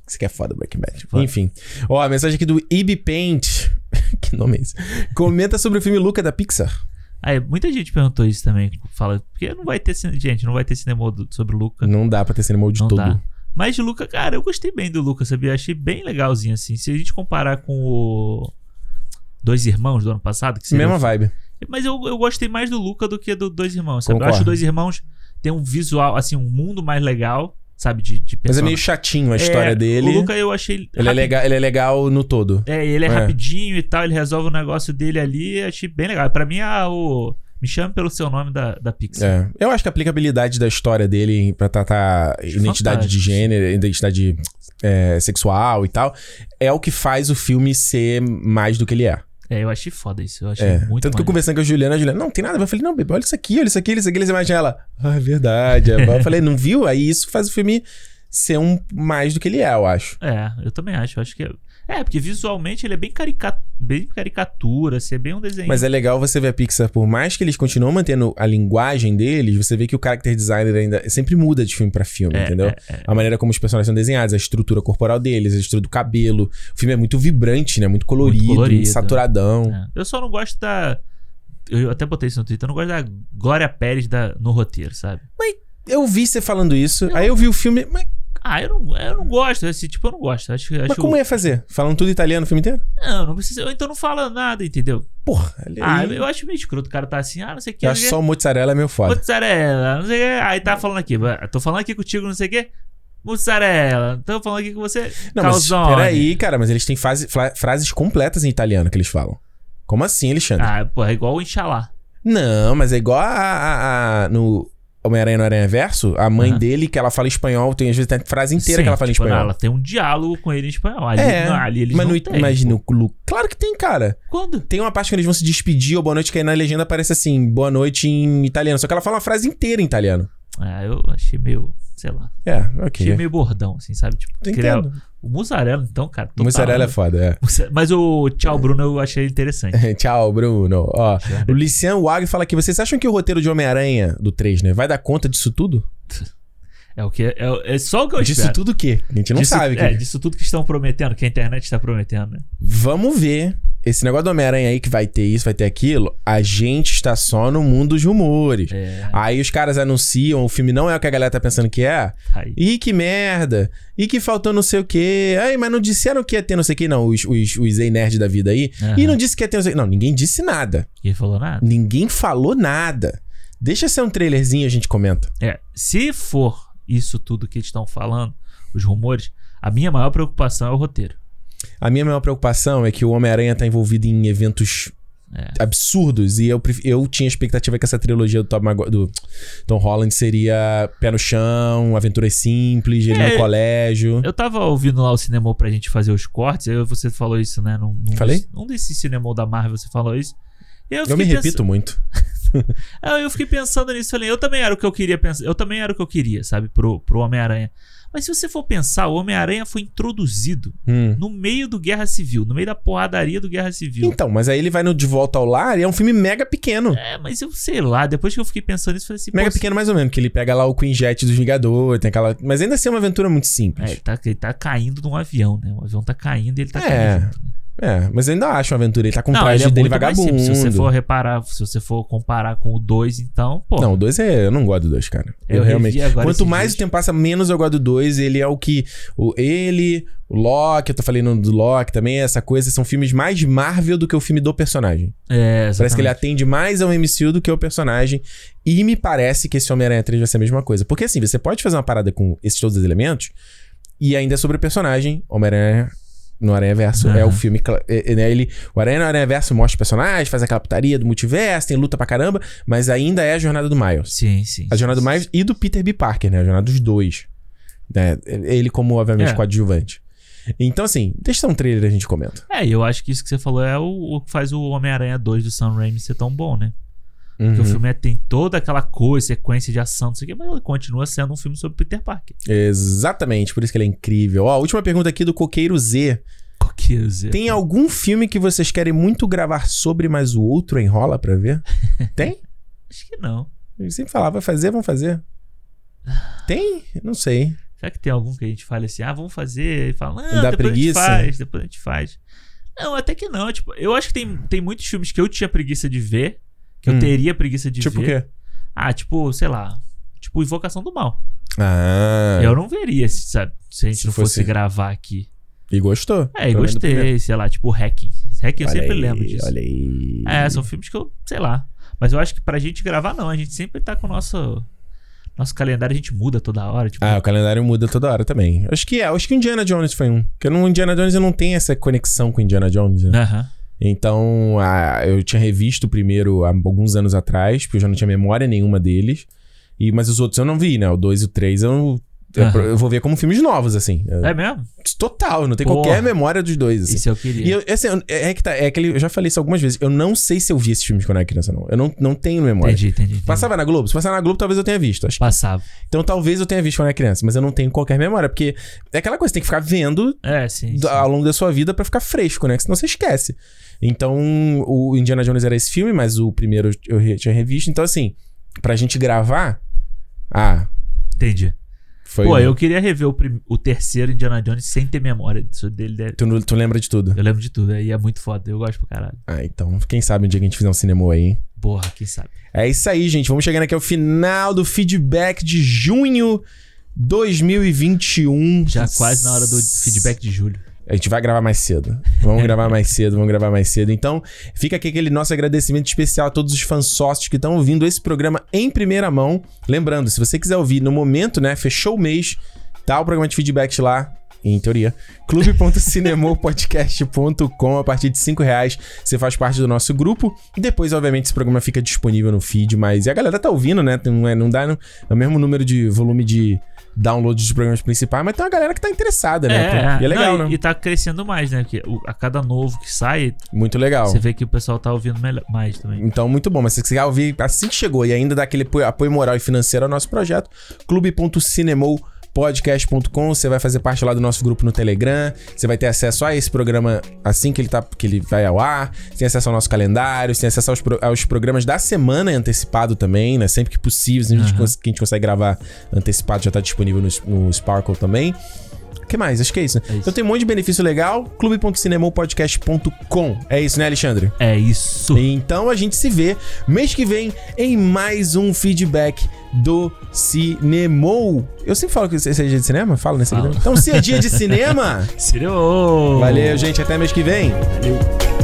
Speaker 1: isso que é foda, Breaking Bad.
Speaker 2: Foda.
Speaker 1: Enfim. Ó, a mensagem aqui do Ibi Paint. que nome é esse? Comenta sobre o filme Luca da Pixar.
Speaker 2: Aí, muita gente perguntou isso também. Fala, porque não vai ter cine- Gente, não vai ter cinema do- sobre o Luca.
Speaker 1: Não dá pra ter cinema de
Speaker 2: Não
Speaker 1: todo.
Speaker 2: dá. Mas de Luca, cara, eu gostei bem do Luca, sabia? Achei bem legalzinho, assim. Se a gente comparar com o. Dois Irmãos do ano passado, que seria um
Speaker 1: Mesma
Speaker 2: o-
Speaker 1: vibe. é
Speaker 2: Mas eu, eu gostei mais do Luca do que do Dois Irmãos, sabe? Eu
Speaker 1: Concordo.
Speaker 2: acho que Dois Irmãos tem um visual, assim, um mundo mais legal, sabe? De, de
Speaker 1: Mas é
Speaker 2: persona-
Speaker 1: meio chatinho a
Speaker 2: É,
Speaker 1: história dele.
Speaker 2: O Luca eu achei.
Speaker 1: Ele é,
Speaker 2: rapi-
Speaker 1: legal, ele é legal no todo.
Speaker 2: É, ele é,
Speaker 1: É.
Speaker 2: rapidinho e tal, ele resolve o negócio dele ali, achei bem legal. Pra mim, é o. Me chame pelo seu nome da, da Pixar.
Speaker 1: É. Eu acho que a aplicabilidade da história dele pra tratar identidade de
Speaker 2: fantástico.
Speaker 1: gênero, identidade é, sexual e tal, é o que faz o filme ser mais do que ele é.
Speaker 2: É, eu achei foda isso. Eu achei
Speaker 1: É. Tanto
Speaker 2: muito
Speaker 1: que eu
Speaker 2: maneiro.
Speaker 1: conversando com a Juliana, a Juliana, não, tem nada. a ver." Eu falei, não, bebê, olha isso aqui, olha isso aqui, olha isso aqui, olha essa imagem. Ela, ah, é verdade. eu falei, não viu? Aí isso faz o filme ser um mais do que ele é, eu acho.
Speaker 2: É, eu também acho. eu acho que é... é, porque visualmente ele é bem, carica... bem caricatura, assim, é bem um desenho.
Speaker 1: Mas é legal você ver a Pixar, por mais que eles continuam mantendo a linguagem deles, você vê que o character designer ainda sempre muda de filme pra filme,
Speaker 2: É,
Speaker 1: entendeu?
Speaker 2: é, é.
Speaker 1: A maneira como os personagens são desenhados, a estrutura corporal deles, a estrutura do cabelo. O filme é muito vibrante, né? Muito colorido,
Speaker 2: colorido.
Speaker 1: saturadão.
Speaker 2: É. Eu só não gosto da. Eu até botei isso no Twitter, eu não gosto da Glória Pérez da... no roteiro, sabe?
Speaker 1: Eu vi você falando isso, aí eu vi o filme. Mas,
Speaker 2: Ah, É. eu não, eu não gosto, esse tipo eu não gosto. Acho, acho
Speaker 1: mas como é? ia fazer? Falando tudo italiano o filme inteiro?
Speaker 2: Não, não precisa. Ou então não fala nada, entendeu?
Speaker 1: Porra, ali-
Speaker 2: Ah, eu acho meio escroto. O cara tá assim, ah, não sei o que.
Speaker 1: Eu acho que só o mozzarella é meio foda.
Speaker 2: Mozzarella, não sei o que. Aí tá falando aqui, tô falando aqui contigo, não sei o que. Mozzarella, tô falando aqui com você.
Speaker 1: Não, mas
Speaker 2: calzone.
Speaker 1: peraí, cara, mas eles têm fase- fra- frases completas em italiano que eles falam. Como assim, Alexandre?
Speaker 2: Ah, porra, é igual o Inxalá.
Speaker 1: Não, mas é igual a, a- a- no Homem-Aranha no Aranha Verso, a mãe
Speaker 2: Aham.
Speaker 1: dele, que ela fala espanhol, tem às vezes tem frase inteira
Speaker 2: Sim,
Speaker 1: que ela fala
Speaker 2: tipo,
Speaker 1: em
Speaker 2: não,
Speaker 1: espanhol.
Speaker 2: Ela tem um diálogo com ele em espanhol. Ali,
Speaker 1: É,
Speaker 2: não, ali eles
Speaker 1: mas
Speaker 2: não
Speaker 1: no,
Speaker 2: têm.
Speaker 1: mas no Clu- Claro que tem, cara.
Speaker 2: Quando?
Speaker 1: Tem uma parte que eles vão se despedir ou boa noite, que aí na legenda aparece assim, boa noite em italiano. Só que ela fala uma frase inteira em italiano.
Speaker 2: Ah, eu achei meio, sei lá,
Speaker 1: É,
Speaker 2: achei
Speaker 1: ok.
Speaker 2: meio bordão, assim, sabe? Tipo, criar...
Speaker 1: Entendo.
Speaker 2: O mussarela, então, cara. total,
Speaker 1: Mozzarella é
Speaker 2: né?
Speaker 1: foda, é.
Speaker 2: Mas o Tchau Bruno eu achei interessante.
Speaker 1: Tchau, Bruno. Ó, o Luciano Wag fala aqui: vocês acham que o roteiro de Homem-Aranha do 3, né? Vai dar conta disso tudo?
Speaker 2: É o que é, é só o que eu
Speaker 1: disso
Speaker 2: espero.
Speaker 1: tudo o quê? A gente não
Speaker 2: Disso-
Speaker 1: sabe.
Speaker 2: É,
Speaker 1: que-
Speaker 2: disso tudo que estão prometendo, que a internet está prometendo, né?
Speaker 1: Vamos ver. Esse negócio do Homem-Aranha aí que vai ter isso, vai ter aquilo. A gente está só no mundo dos rumores.
Speaker 2: É,
Speaker 1: Aí os caras anunciam, o filme não é o que a galera tá pensando que é.
Speaker 2: aí.
Speaker 1: Ih, que merda. Ih, que faltou não sei o quê. Ai, mas não disseram que ia ter não sei o quê, não. Os, os, os ei-nerd da vida aí.
Speaker 2: Aham.
Speaker 1: Ih, não disse que ia ter não sei o quê. Não, ninguém disse nada.
Speaker 2: Ninguém falou nada.
Speaker 1: Ninguém falou nada. Deixa ser um trailerzinho e a gente comenta.
Speaker 2: É, se for isso tudo que eles estão falando, os rumores, a minha maior preocupação é o roteiro.
Speaker 1: A minha maior preocupação é que o Homem-Aranha tá envolvido em eventos
Speaker 2: É.
Speaker 1: absurdos. E eu, pref- eu tinha a expectativa que essa trilogia do Tom, Magu- do Tom Holland seria pé no chão, aventuras simples, ele
Speaker 2: É.
Speaker 1: no colégio.
Speaker 2: Eu tava ouvindo lá o cinema pra gente fazer os cortes, aí você falou isso, né? Num, num
Speaker 1: Falei?
Speaker 2: Dos, num desses cinema da Marvel você falou isso. E Eu,
Speaker 1: Eu, me
Speaker 2: fiquei pensa-
Speaker 1: repito muito.
Speaker 2: Ah, eu fiquei pensando nisso, falei, eu também era o que eu queria pensar, eu também era o que eu queria, sabe, pro, pro Homem-Aranha. Mas se você for pensar, o Homem-Aranha foi introduzido
Speaker 1: Hum.
Speaker 2: no meio do Guerra Civil, no meio da porradaria do Guerra Civil.
Speaker 1: Então, mas aí ele vai no De Volta ao Lar e é um filme mega pequeno.
Speaker 2: É, mas eu sei lá, depois que eu fiquei pensando nisso, eu falei assim,
Speaker 1: Mega
Speaker 2: pô,
Speaker 1: pequeno mais ou menos, que ele pega lá o Queen Jet dos Vingadores, tem aquela... Mas ainda assim é uma aventura muito
Speaker 2: É,
Speaker 1: simples.
Speaker 2: ele tá, ele tá caindo num avião, né? O avião tá caindo e ele tá
Speaker 1: É,
Speaker 2: caindo junto. né?
Speaker 1: É, mas eu ainda acho uma aventura. Ele tá com o
Speaker 2: Não,
Speaker 1: traje
Speaker 2: ele é
Speaker 1: dele
Speaker 2: muito mais
Speaker 1: vagabundo.
Speaker 2: simples. Se você for reparar, se você for comparar com o 2, então, pô.
Speaker 1: Não, o 2 é... Eu não gosto do 2, cara. Eu,
Speaker 2: Eu revi
Speaker 1: realmente...
Speaker 2: agora
Speaker 1: Quanto
Speaker 2: esses
Speaker 1: mais
Speaker 2: dias.
Speaker 1: o tempo passa, menos eu gosto do 2. Ele é o que... O, ele, o Loki, eu tô falando do Loki também, essa coisa. São filmes mais Marvel do que o filme do personagem.
Speaker 2: É,
Speaker 1: Parece que ele
Speaker 2: exatamente.
Speaker 1: atende mais um ao MCU do que ao personagem. E me parece que esse Homem-Aranha 3 vai ser a mesma coisa. Porque assim, você pode fazer uma parada com esses todos os elementos e ainda é sobre o personagem Homem-Aranha no Aranha Verso é o filme. cla- é- é, né, ele, o Aranha no Aranha Verso mostra os personagens, faz aquela putaria do multiverso, tem luta pra caramba, mas ainda é a jornada do Miles.
Speaker 2: Sim, sim.
Speaker 1: A jornada do Miles e do Peter B. Parker, né? A jornada dos dois. Né, Ele, como, obviamente,
Speaker 2: É.
Speaker 1: coadjuvante. Então, assim, deixa um trailer e a gente comenta.
Speaker 2: É, e eu acho que isso que você falou é o, o que faz o Homem-Aranha 2 do Sam Raimi ser tão bom, né? Porque o
Speaker 1: Uhum.
Speaker 2: filme é- tem toda aquela coisa, sequência de ação, não sei o quê, mas ele continua sendo um filme sobre Peter Parker.
Speaker 1: Exatamente, por isso que ele é incrível. Ó, última pergunta aqui do Coqueiro Z. é
Speaker 2: Qualquer dizer.
Speaker 1: Tem algum filme que vocês querem muito gravar sobre, mas o outro enrola pra ver? Tem?
Speaker 2: Acho que não.
Speaker 1: Eu sempre falava, vai fazer, vamos fazer. Tem? Eu Não sei.
Speaker 2: Será que tem algum que a gente fale assim, ah, vamos fazer, e fala, ah,
Speaker 1: Dá
Speaker 2: depois
Speaker 1: preguiça? né?"
Speaker 2: a gente faz, depois a gente faz. Não, até que não. Tipo, eu acho que tem, tem muitos filmes que eu tinha preguiça de ver, que
Speaker 1: Hum.
Speaker 2: eu teria preguiça de
Speaker 1: tipo o
Speaker 2: ver.
Speaker 1: quê?
Speaker 2: Ah, tipo, sei lá. Tipo, Invocação do Mal.
Speaker 1: Ah.
Speaker 2: Eu não veria, se- sabe? Se a gente
Speaker 1: Se
Speaker 2: não fosse...
Speaker 1: fosse-
Speaker 2: gravar aqui.
Speaker 1: E gostou?
Speaker 2: É, e
Speaker 1: Pelo menos do primeiro.
Speaker 2: gostei, sei lá, tipo, Hacking. Hacking eu
Speaker 1: Olha
Speaker 2: sempre
Speaker 1: aí,
Speaker 2: lembro disso.
Speaker 1: Olha aí.
Speaker 2: É, são filmes que eu, sei lá. Mas eu acho que pra gente gravar, não. A gente sempre tá com o nosso. Nosso calendário a gente muda toda hora. Tipo,
Speaker 1: Ah, o calendário muda toda hora também. Acho que é, acho que o Indiana Jones foi um. Porque no Indiana Jones eu não tenho essa conexão com o Indiana Jones, né?
Speaker 2: aham.
Speaker 1: Então, ah, eu tinha revisto o primeiro há alguns anos atrás, porque eu já não tinha memória nenhuma deles. E, mas os outros eu não vi, né? O 2 e o 3 eu, não- eu-
Speaker 2: Aham.
Speaker 1: eu vou ver como filmes novos, assim. Eu-
Speaker 2: É mesmo?
Speaker 1: Total, eu não tenho
Speaker 2: Porra.
Speaker 1: qualquer memória dos dois, assim.
Speaker 2: Isso eu queria.
Speaker 1: E eu, assim, eu- é é que tá, é aquele, eu já falei isso algumas vezes. Eu não sei se eu vi esses filmes quando eu era criança, não. Eu não, não tenho memória.
Speaker 2: Entendi, entendi. entendi.
Speaker 1: Passava na Globo? Se passava na Globo, talvez eu tenha visto. Acho. que-
Speaker 2: Passava.
Speaker 1: Então talvez eu tenha visto quando eu era criança, mas eu não tenho qualquer memória, porque é aquela coisa, você tem que ficar vendo
Speaker 2: É, sim.
Speaker 1: do-
Speaker 2: sim.
Speaker 1: ao longo da sua vida pra ficar fresco, né? Que senão você esquece. Então, o Indiana Jones era esse filme, mas o primeiro eu re- tinha revisto. Então, assim, pra gente gravar. Ah,
Speaker 2: Entendi.
Speaker 1: foi. um-
Speaker 2: Pô, eu queria rever o, prim- o terceiro Indiana Jones sem ter memória disso dele. deve-
Speaker 1: Tu, não- tu lembra de tudo.
Speaker 2: Eu lembro de tudo, aí é muito foda. Eu gosto pra caralho.
Speaker 1: Ah, então, quem sabe um dia que a gente fizer um cinema aí, hein?
Speaker 2: Porra, quem sabe?
Speaker 1: É isso aí, gente. Vamos chegando aqui ao final do feedback de junho 2021.
Speaker 2: Já quase na hora do feedback de julho.
Speaker 1: A gente vai gravar mais cedo. Vamos gravar mais cedo, vamos gravar mais cedo. Então, fica aqui aquele nosso agradecimento especial a todos os fãs sócios que estão ouvindo esse programa em primeira mão. Lembrando, se você quiser ouvir no momento, né, fechou o mês, tá o programa de feedbacks lá. Em teoria, clube.cinemopodcast.com a partir de 5 reais você faz parte do nosso grupo. E depois, obviamente, esse programa fica disponível no feed, mas e a galera tá ouvindo, né? Não, é, não dá não- é o mesmo número de volume de downloads dos programas principais, mas tem uma galera que tá interessada, né? e é legal,
Speaker 2: Não,
Speaker 1: né?
Speaker 2: E, e tá crescendo mais, né? Porque o- a cada novo que sai,
Speaker 1: Muito legal.
Speaker 2: você vê que o pessoal tá ouvindo melhor, mais também.
Speaker 1: Então, muito bom. Mas se você quiser ouvir assim que chegou e ainda dá aquele apoio, apoio moral e financeiro ao nosso projeto, clube.cinemopodcast.com. você vai fazer parte lá do nosso grupo no Telegram, você vai ter acesso a esse programa assim que ele, tá, que ele vai ao ar, você tem acesso ao nosso calendário, você tem acesso aos, pro- aos programas da semana antecipado também, né? Sempre que possível, se a gente
Speaker 2: Aham.
Speaker 1: cons- que a gente consegue gravar antecipado, já tá disponível no, no Sparkle também. O que mais? Acho que é isso, né?
Speaker 2: É isso.
Speaker 1: Então tem um monte de benefício legal, clube.cinemopodcast.com. É isso, né, Alexandre?
Speaker 2: É isso.
Speaker 1: Então a gente se vê mês que vem em mais um feedback do Cinemou. Eu sempre falo que esse é dia de cinema? Falo nesse
Speaker 2: Fala.
Speaker 1: aqui também. Então se é dia de cinema,
Speaker 2: Seria o.
Speaker 1: valeu, gente. Até mês que vem.
Speaker 2: Valeu.